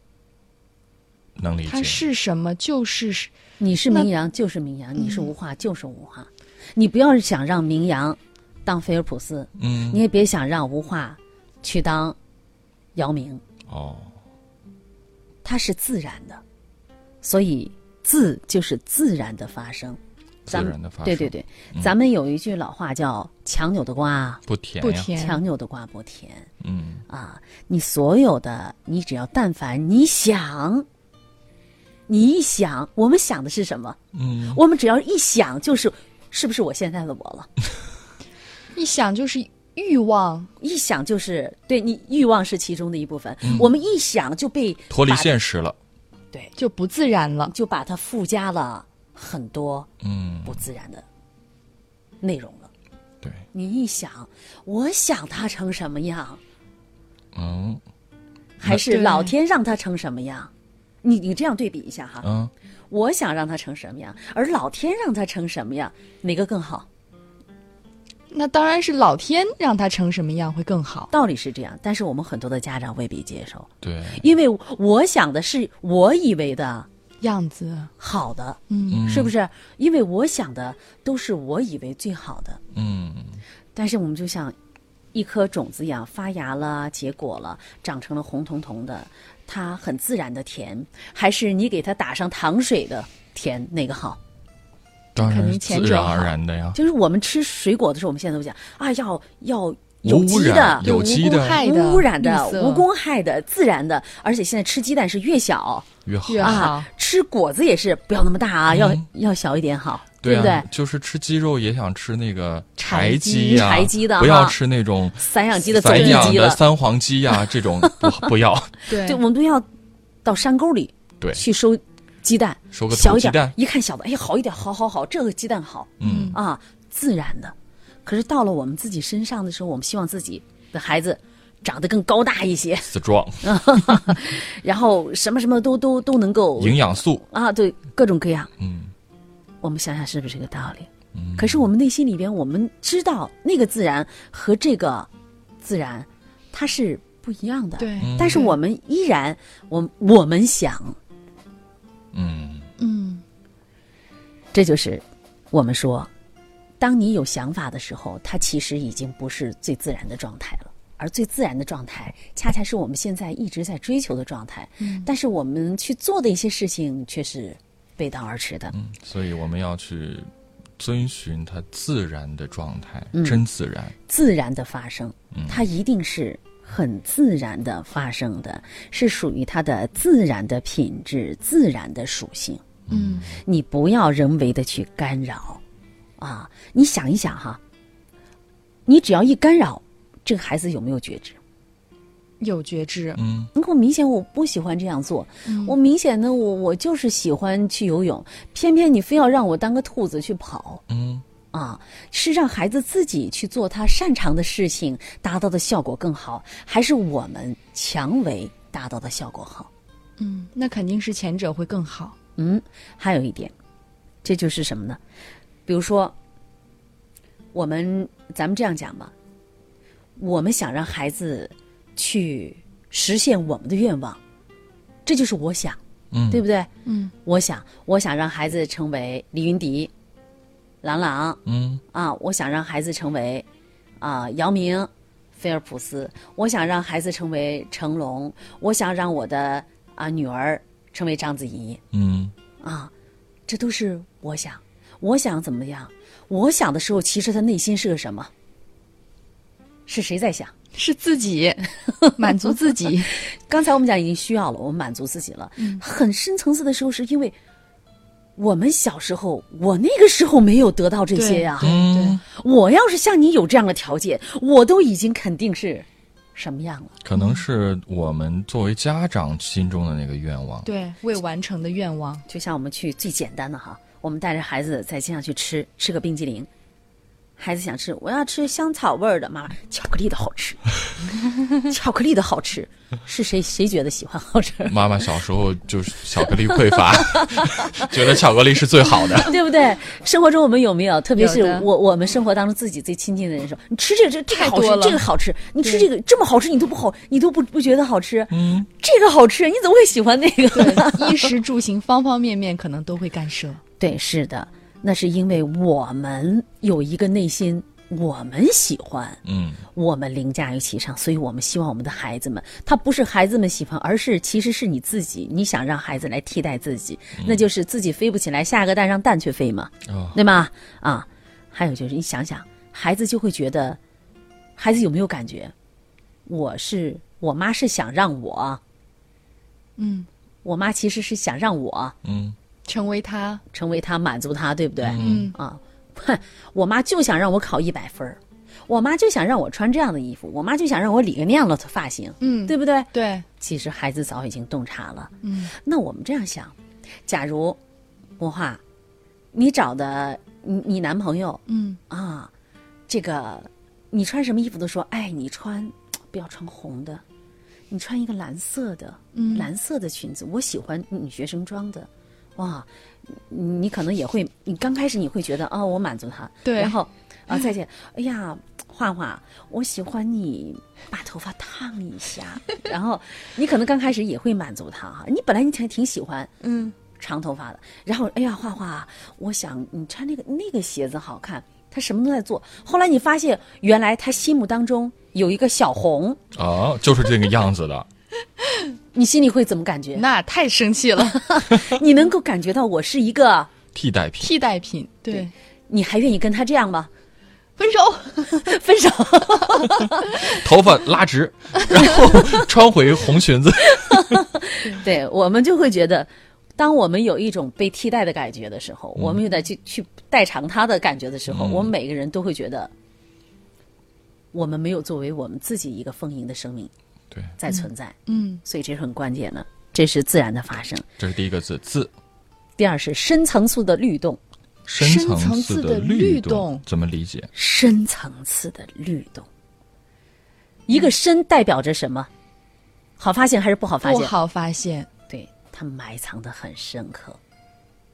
Speaker 5: 能理
Speaker 8: 它
Speaker 5: 解。
Speaker 8: 是什么就是什
Speaker 7: 你是名扬就是名
Speaker 5: 嗯
Speaker 7: 扬，你是无话就是无话，你不要想让名扬当菲尔普斯，
Speaker 5: 嗯，
Speaker 7: 你也别想让无话去当姚明，
Speaker 5: 哦，
Speaker 7: 它是自然的，所以自就是自然的发生。
Speaker 5: 自
Speaker 7: 咱们
Speaker 5: 然的发嗯生。
Speaker 7: 对对，对，咱们有一句老话叫“强扭的瓜，
Speaker 5: 不甜
Speaker 8: 不
Speaker 5: 呀。
Speaker 8: 甜？
Speaker 7: 强扭的瓜不甜
Speaker 5: 嗯”
Speaker 7: 啊！你所有的，你只要但凡你想，你一想，我们想的是什么？
Speaker 5: 嗯，
Speaker 7: 我们只要一想，就是是不是我现在的我了？
Speaker 8: 一想就是欲望，
Speaker 7: 一想就是对你欲望是其中的一部分，我们一想就被
Speaker 5: 嗯脱离
Speaker 7: 把
Speaker 5: 现实了。
Speaker 8: 就不自然了。
Speaker 7: 就把它附加了很多
Speaker 5: 嗯，
Speaker 7: 不自然的内容了。
Speaker 5: 对，
Speaker 7: 你一想，我想它成什么样，
Speaker 5: 嗯
Speaker 7: 还是
Speaker 8: 对
Speaker 7: 老天让它成什么样？你你这样对比一下哈，
Speaker 5: 嗯，
Speaker 7: 我想让它成什么样，而老天让它成什么样，哪个更好？
Speaker 8: 那当然是老天让它成什么样会更好。
Speaker 7: 道理是这样，但是我们很多的家长未必接受，
Speaker 5: 对，
Speaker 7: 因为我想的是我以为的
Speaker 8: 样子，
Speaker 7: 好的，
Speaker 8: 嗯，
Speaker 7: 是不是？因为我想的都是我以为最好的，
Speaker 5: 嗯，
Speaker 7: 但是我们就像一颗种子一样发芽了，结果了，长成了红彤彤的，它很自然的甜，还是你给它打上糖水的甜，哪个好？
Speaker 5: 当
Speaker 7: 肯
Speaker 5: 然
Speaker 7: 定
Speaker 5: 是
Speaker 7: 前
Speaker 5: 自
Speaker 7: 者
Speaker 5: 然而
Speaker 7: 好
Speaker 5: 然的呀。
Speaker 7: 就是我们吃水果的时候，我们现在都讲啊，要要有
Speaker 5: 无污
Speaker 7: 机
Speaker 5: 染
Speaker 7: 的、
Speaker 5: 有机的
Speaker 8: 无害的、
Speaker 7: 无污染的
Speaker 8: 绿、色
Speaker 7: 无公害的、自然的，而且现在吃鸡蛋是越小
Speaker 5: 越好。
Speaker 8: 越好嗯
Speaker 7: 啊，吃果子也是不要那么大啊，要要小一点好，
Speaker 5: 对
Speaker 7: 不对
Speaker 5: 啊？，就是吃鸡肉也想吃那个
Speaker 7: 柴
Speaker 5: 柴
Speaker 7: 鸡
Speaker 5: 呀、
Speaker 7: 柴鸡的
Speaker 5: 不要
Speaker 7: 哈
Speaker 5: 吃那种
Speaker 7: 散养鸡的、
Speaker 5: 散
Speaker 7: 种地
Speaker 5: 养
Speaker 7: 鸡
Speaker 5: 的
Speaker 7: 了，
Speaker 5: 三黄鸡 呀、这种不不要。
Speaker 8: 对
Speaker 7: 对，我们都要到山沟里
Speaker 5: 对
Speaker 7: 去收鸡蛋，
Speaker 5: 收个
Speaker 7: 小
Speaker 5: 土
Speaker 7: 一
Speaker 5: 鸡
Speaker 7: 点
Speaker 5: 蛋
Speaker 7: 儿，，一看小的，哎呀，好一点，好好好，这个鸡蛋好
Speaker 5: 嗯，
Speaker 7: 啊，自然的。可是到了我们自己身上的时候，我们希望自己的孩子长得更高大一些，
Speaker 5: 死壮，
Speaker 7: 然后什么什么都都都能够
Speaker 5: 营养素，
Speaker 7: 啊，对，各种各样。
Speaker 5: 嗯，
Speaker 7: 我们想想是不是这个道理？可是我们内心里边，我们知道那个自然和这个自然，它是不一样的。，
Speaker 8: 对，
Speaker 5: 嗯
Speaker 7: 但是我们依然，我我们想，
Speaker 5: 嗯，
Speaker 8: 嗯，
Speaker 7: 这就是我们说，当你有想法的时候，它其实已经不是最自然的状态了。而最自然的状态，恰恰是我们现在一直在追求的状态。但是我们去做的一些事情却是背道而驰的。
Speaker 5: 所以我们要去遵循它自然的状态，
Speaker 7: 嗯
Speaker 5: 真自然。
Speaker 7: 自然的发生，它一定是很自然的发生的，是属于它的自然的品质、自然的属性。
Speaker 8: 嗯，
Speaker 7: 你不要人为的去干扰，啊，你想一想哈，你只要一干扰，这个孩子有没有觉知？
Speaker 8: 有觉知，
Speaker 5: 嗯，
Speaker 7: 你我明显我不喜欢这样做，我明显呢，我我就是喜欢去游泳，偏偏你非要让我当个兔子去跑，
Speaker 5: 嗯，
Speaker 7: 啊，是让孩子自己去做他擅长的事情，达到的效果更好，还是我们强为达到的效果好？
Speaker 8: 嗯，那肯定是前者会更好。
Speaker 7: 嗯，还有一点，这就是什么呢？比如说，我们咱们这样讲吧，我们想让孩子去实现我们的愿望，这就是我想，
Speaker 5: 嗯
Speaker 7: 对不对？
Speaker 8: 嗯，
Speaker 7: 我想，我想让孩子成为李云迪、郎朗，
Speaker 5: 嗯，
Speaker 7: 啊，我想让孩子成为啊姚明、菲尔普斯，我想让孩子成为成龙，我想让我的啊女儿成为章子怡
Speaker 5: 嗯，
Speaker 7: 啊，这都是我想，我想怎么样？我想的时候，其实他内心是个什么？是谁在想？
Speaker 8: 是自己 满足自 己，
Speaker 7: 刚才我们讲已经需要了，我们满足自己了。很深层次的时候，是因为我们小时候，我那个时候没有得到这些呀、
Speaker 5: 嗯，
Speaker 7: 我要是像你有这样的条件，我都已经肯定是什么样了。
Speaker 5: 可能是我们作为家长心中的那个愿望。
Speaker 8: 对，未完成的愿望，
Speaker 7: 就像我们去最简单的哈，我们带着孩子在街上去吃吃个冰激凌，孩子想吃，我要吃香草味儿的，妈妈巧克力的好吃， 巧克力的好吃，是谁谁觉得喜欢 好吃？
Speaker 5: 妈妈小时候就是巧克力匮乏， 觉得巧克力是最好的。
Speaker 7: 对不对？生活中我们有没有，特别是
Speaker 8: 有的
Speaker 7: 我我们生活当中自己最亲近的人说，你吃这个这这个
Speaker 8: 太
Speaker 7: 好吃
Speaker 8: 多，了
Speaker 7: 这个好吃，你吃这个这么好吃，你都不好，你都不不觉得好吃，
Speaker 5: 嗯，
Speaker 7: 这个好吃，你怎么会喜欢那个？
Speaker 8: 对，衣食住行方方面面可能都会干涉。
Speaker 7: 对，是的，那是因为我们有一个内心，我们喜欢，
Speaker 5: 嗯，
Speaker 7: 我们凌驾于其上，所以我们希望我们的孩子们，他不是孩子们喜欢，而是其实是你自己，你想让孩子来替代自己，那就是自己飞不起来，下个蛋让蛋去飞嘛，
Speaker 5: 哦
Speaker 7: 对吗？啊，还有就是你想想，孩子就会觉得，孩子有没有感觉，我是我妈是想让我，
Speaker 8: 嗯，
Speaker 7: 我妈其实是想让我
Speaker 5: 嗯，
Speaker 8: 成为他，
Speaker 7: 成为她，满足她，对不对？
Speaker 8: 嗯
Speaker 7: 啊， 哼，我妈就想让我考一百分儿，我妈就想让我穿这样的衣服，我妈就想让我理个那样的发型，
Speaker 8: 嗯，
Speaker 7: 对不对？
Speaker 8: 对，
Speaker 7: 其实孩子早已经洞察了。
Speaker 8: 嗯，
Speaker 7: 那我们这样想，假如文化，你找的你你男朋友
Speaker 8: 嗯
Speaker 7: 啊，这个你穿什么衣服都说，哎，你穿不要穿红的，你穿一个蓝色的，
Speaker 8: 嗯
Speaker 7: 蓝色的裙子，我喜欢女学生装的，哇，你你可能也会，你刚开始你会觉得啊、我满足他，
Speaker 8: 对
Speaker 7: 然后啊再见，哎呀，画画，我喜欢你把头发烫一下，然后你可能刚开始也会满足他哈，你本来你挺挺喜欢，
Speaker 8: 嗯，
Speaker 7: 长头发的。然后，哎呀，画画，我想你穿那个那个鞋子好看。他什么都在做。后来你发现，原来他心目当中有一个小红，
Speaker 5: 哦，就是这个样子的。
Speaker 7: 你心里会怎么感觉？
Speaker 8: 那太生气 了，
Speaker 7: 你能够感觉到我是一个，
Speaker 5: 替代品，
Speaker 8: 替代品，对，
Speaker 7: 你还愿意跟他这样吗？
Speaker 8: 分手，
Speaker 7: 分手，
Speaker 5: 头发拉 直，然后穿回红裙子。
Speaker 7: 对我们就会觉得，当我们有一种被替代的感觉的时候，我们有点去去代偿他的感觉的时候，
Speaker 5: 嗯
Speaker 7: 我们每个人都会觉得，我们没有作为我们自己一个丰盈的生命
Speaker 5: 对，
Speaker 7: 在存在，
Speaker 8: 嗯，
Speaker 7: 所以这是很关键的，这是自然的发生。
Speaker 5: 这是第一个字，字
Speaker 7: 第二是深层次的律动，
Speaker 5: 深
Speaker 8: 深层
Speaker 5: 次
Speaker 8: 次
Speaker 5: 的
Speaker 8: 的
Speaker 5: 律
Speaker 8: 律
Speaker 5: 动
Speaker 8: 动
Speaker 5: 怎么理解？
Speaker 7: 深层次的律动。一个深代表着什么？好发现还是不好发
Speaker 8: 不
Speaker 7: 现？
Speaker 8: 好发现，
Speaker 7: 对，它埋藏的很深刻，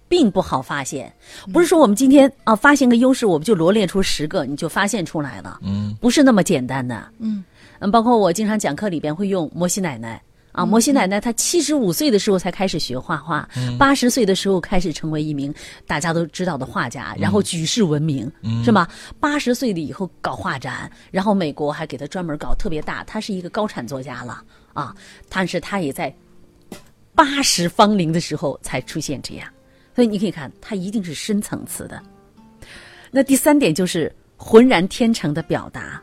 Speaker 7: 并不好发现。不是说我们今天啊发现个优势，我们就罗列出十个，你就发现出来了，
Speaker 5: 嗯，
Speaker 7: 不是那么简单的。
Speaker 8: 嗯
Speaker 7: 嗯，包括我经常讲课里边会用摩西奶奶。啊，摩西奶奶她七十五岁的时候才开始学画画，八十、岁的时候开始成为一名大家都知道的画家，然后举世闻名，是吗？八十岁了以后搞画展，然后美国还给她专门搞特别大，她是一个高产作家了啊，但是她也在八十芳龄的时候才出现这样，所以你可以看，它一定是深层次的。那第三点就是浑然天成的表达。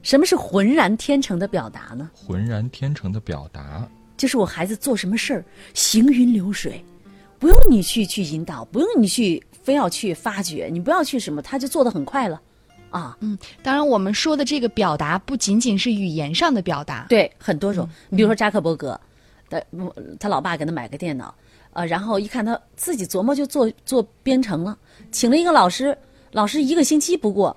Speaker 7: 什么是浑然天成的表达呢？
Speaker 5: 浑然天成的表达，
Speaker 7: 就是我孩子做什么事儿行云流水，不用你去去引导，不用你去非要去发掘，你不要去什么，他就做得很快了，啊，
Speaker 8: 当然我们说的这个表达不仅仅是语言上的表达，
Speaker 7: 对，很多种。你比如说扎克伯格，他他老爸给他买个电脑，呃，然后一看他自己琢磨就做做编程了，请了一个老师，老师一个星期不过，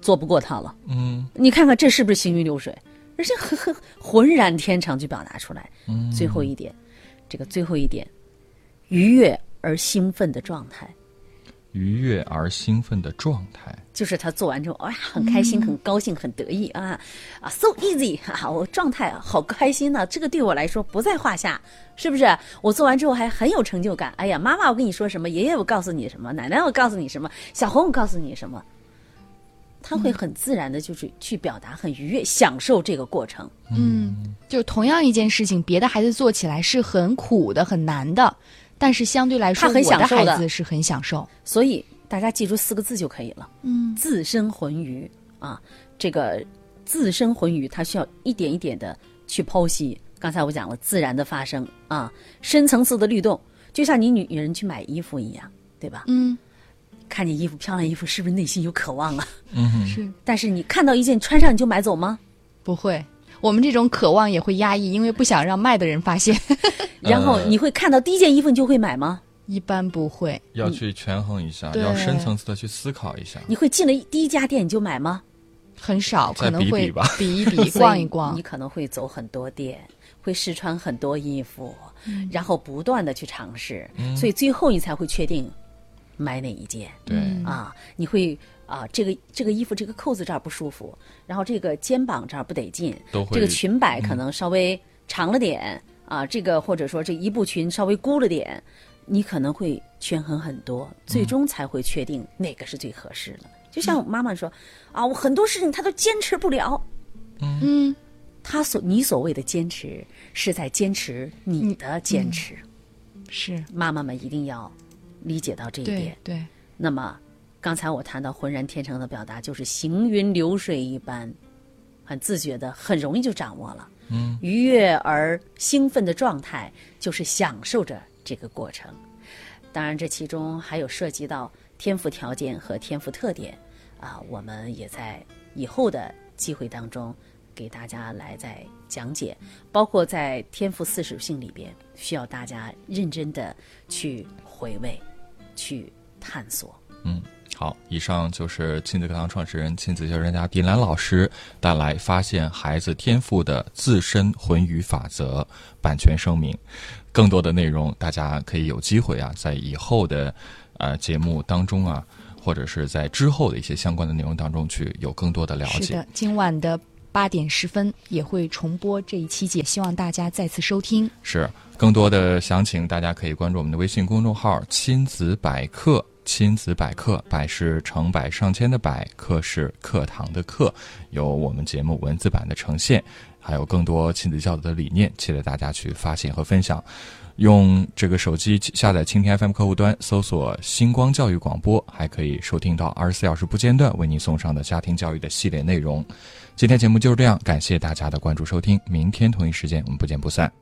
Speaker 7: 做不过他了。
Speaker 5: 嗯，
Speaker 7: 你看看这是不是行云流水？而且很很浑然天成去表达出来。最后一点，这个最后一点，愉悦而兴奋的状态。
Speaker 5: 愉悦而兴奋的状态。
Speaker 7: 就是他做完之后，哇，很开心，很高兴，很得意啊啊，so easy 啊，我状态好开心呐、啊这个对我来说不在话下，是不是？我做完之后还很有成就感。哎呀，妈妈，我跟你说什么？爷爷，我告诉你什么？奶奶，我告诉你什么？小红，我告诉你什么？他会很自然的，就是去表达，很愉悦，享受这个过程。
Speaker 8: 嗯，就同样一件事情，别的孩子做起来是很苦的、很难的，但是相对来说，
Speaker 7: 他很
Speaker 8: 我的
Speaker 7: 享受的
Speaker 8: 孩子是很享受。
Speaker 7: 所以大家记住四个字就可以了。
Speaker 8: 嗯，
Speaker 7: 自身浑鱼啊，这个自身浑鱼，它需要一点一点的去剖析。刚才我讲了，自然的发生啊，深层次的律动，就像你女人去买衣服一样，对吧？
Speaker 8: 嗯，
Speaker 7: 看见衣服漂亮衣服，是不是内心有渴望啊？
Speaker 8: 是
Speaker 7: 但是你看到一件穿上你就买走吗？
Speaker 8: 不会。我们这种渴望也会压抑，因为不想让卖的人发现。
Speaker 7: 然后你会看到第一件衣服你就会买吗？
Speaker 8: 一般不会，
Speaker 5: 要去权衡一下，
Speaker 8: 对
Speaker 5: 要深层次的去思考一下。
Speaker 7: 你会进了第一家店你就买吗？
Speaker 8: 很少，
Speaker 5: 再
Speaker 8: 可能
Speaker 5: 比
Speaker 8: 会
Speaker 5: 比吧
Speaker 8: 比一 比，
Speaker 7: 所
Speaker 8: 逛
Speaker 7: 以
Speaker 8: 一逛
Speaker 7: 你。可能会走很多店，会试穿很多衣服，
Speaker 8: 嗯
Speaker 7: 然后不断的去尝试，所以最后你才会确定买哪一件、
Speaker 5: 对，
Speaker 7: 啊？你会啊，这个这个衣服这个扣子这儿不舒服，然后这个肩膀这儿不得劲
Speaker 5: 都，会嗯
Speaker 7: 这个裙摆可能稍微长了点、啊，这个或者说这一步裙稍微箍了点，你可能会权衡很多，
Speaker 5: 嗯
Speaker 7: 最终才会确定哪个是最合适的。就像我妈妈说、啊，我很多事情她都坚持不了。
Speaker 8: 嗯，
Speaker 7: 他所你所谓的坚持，是在坚持你的
Speaker 8: 嗯
Speaker 7: 坚持。
Speaker 8: 是
Speaker 7: 妈妈们一定要理解到这一
Speaker 8: 对
Speaker 7: 点。
Speaker 8: 对，
Speaker 7: 那么，刚才我谈到浑然天成的表达，就是行云流水一般，很自觉的，很容易就掌握了。嗯，愉悦而兴奋的状态，就是享受着这个过程。当然，这其中还有涉及到天赋条件和天赋特点啊，我们也在以后的机会当中给大家来再讲解，包括在天赋四属性里边，需要大家认真的去回味、去探索。
Speaker 5: 嗯，好，以上就是亲子课堂创始人、亲子教育专家迪兰老师带来发现孩子天赋的自身魂语法则版权声明。更多的内容，大家可以有机会啊，在以后的呃节目当中啊，或者是在之后的一些相关的内容当中去有更多的了
Speaker 8: 是
Speaker 5: 解
Speaker 8: 的。。今晚的八点十分也会重播这一期节，希望大家再次收听。
Speaker 5: 是更多的详情，大家可以关注我们的微信公众号“亲子百科”。亲子百科，百是成百上千的百，课是课堂的课，有我们节目文字版的呈现，还有更多亲子教育的理念，期待大家去发现和分享。用这个手机下载蜻蜓 FM 客户端，搜索“星光教育广播”，还可以收听到二十四小时不间断为您送上的家庭教育的系列内容。今天节目就是这样，感谢大家的关注收听，明天同一时间我们不见不散。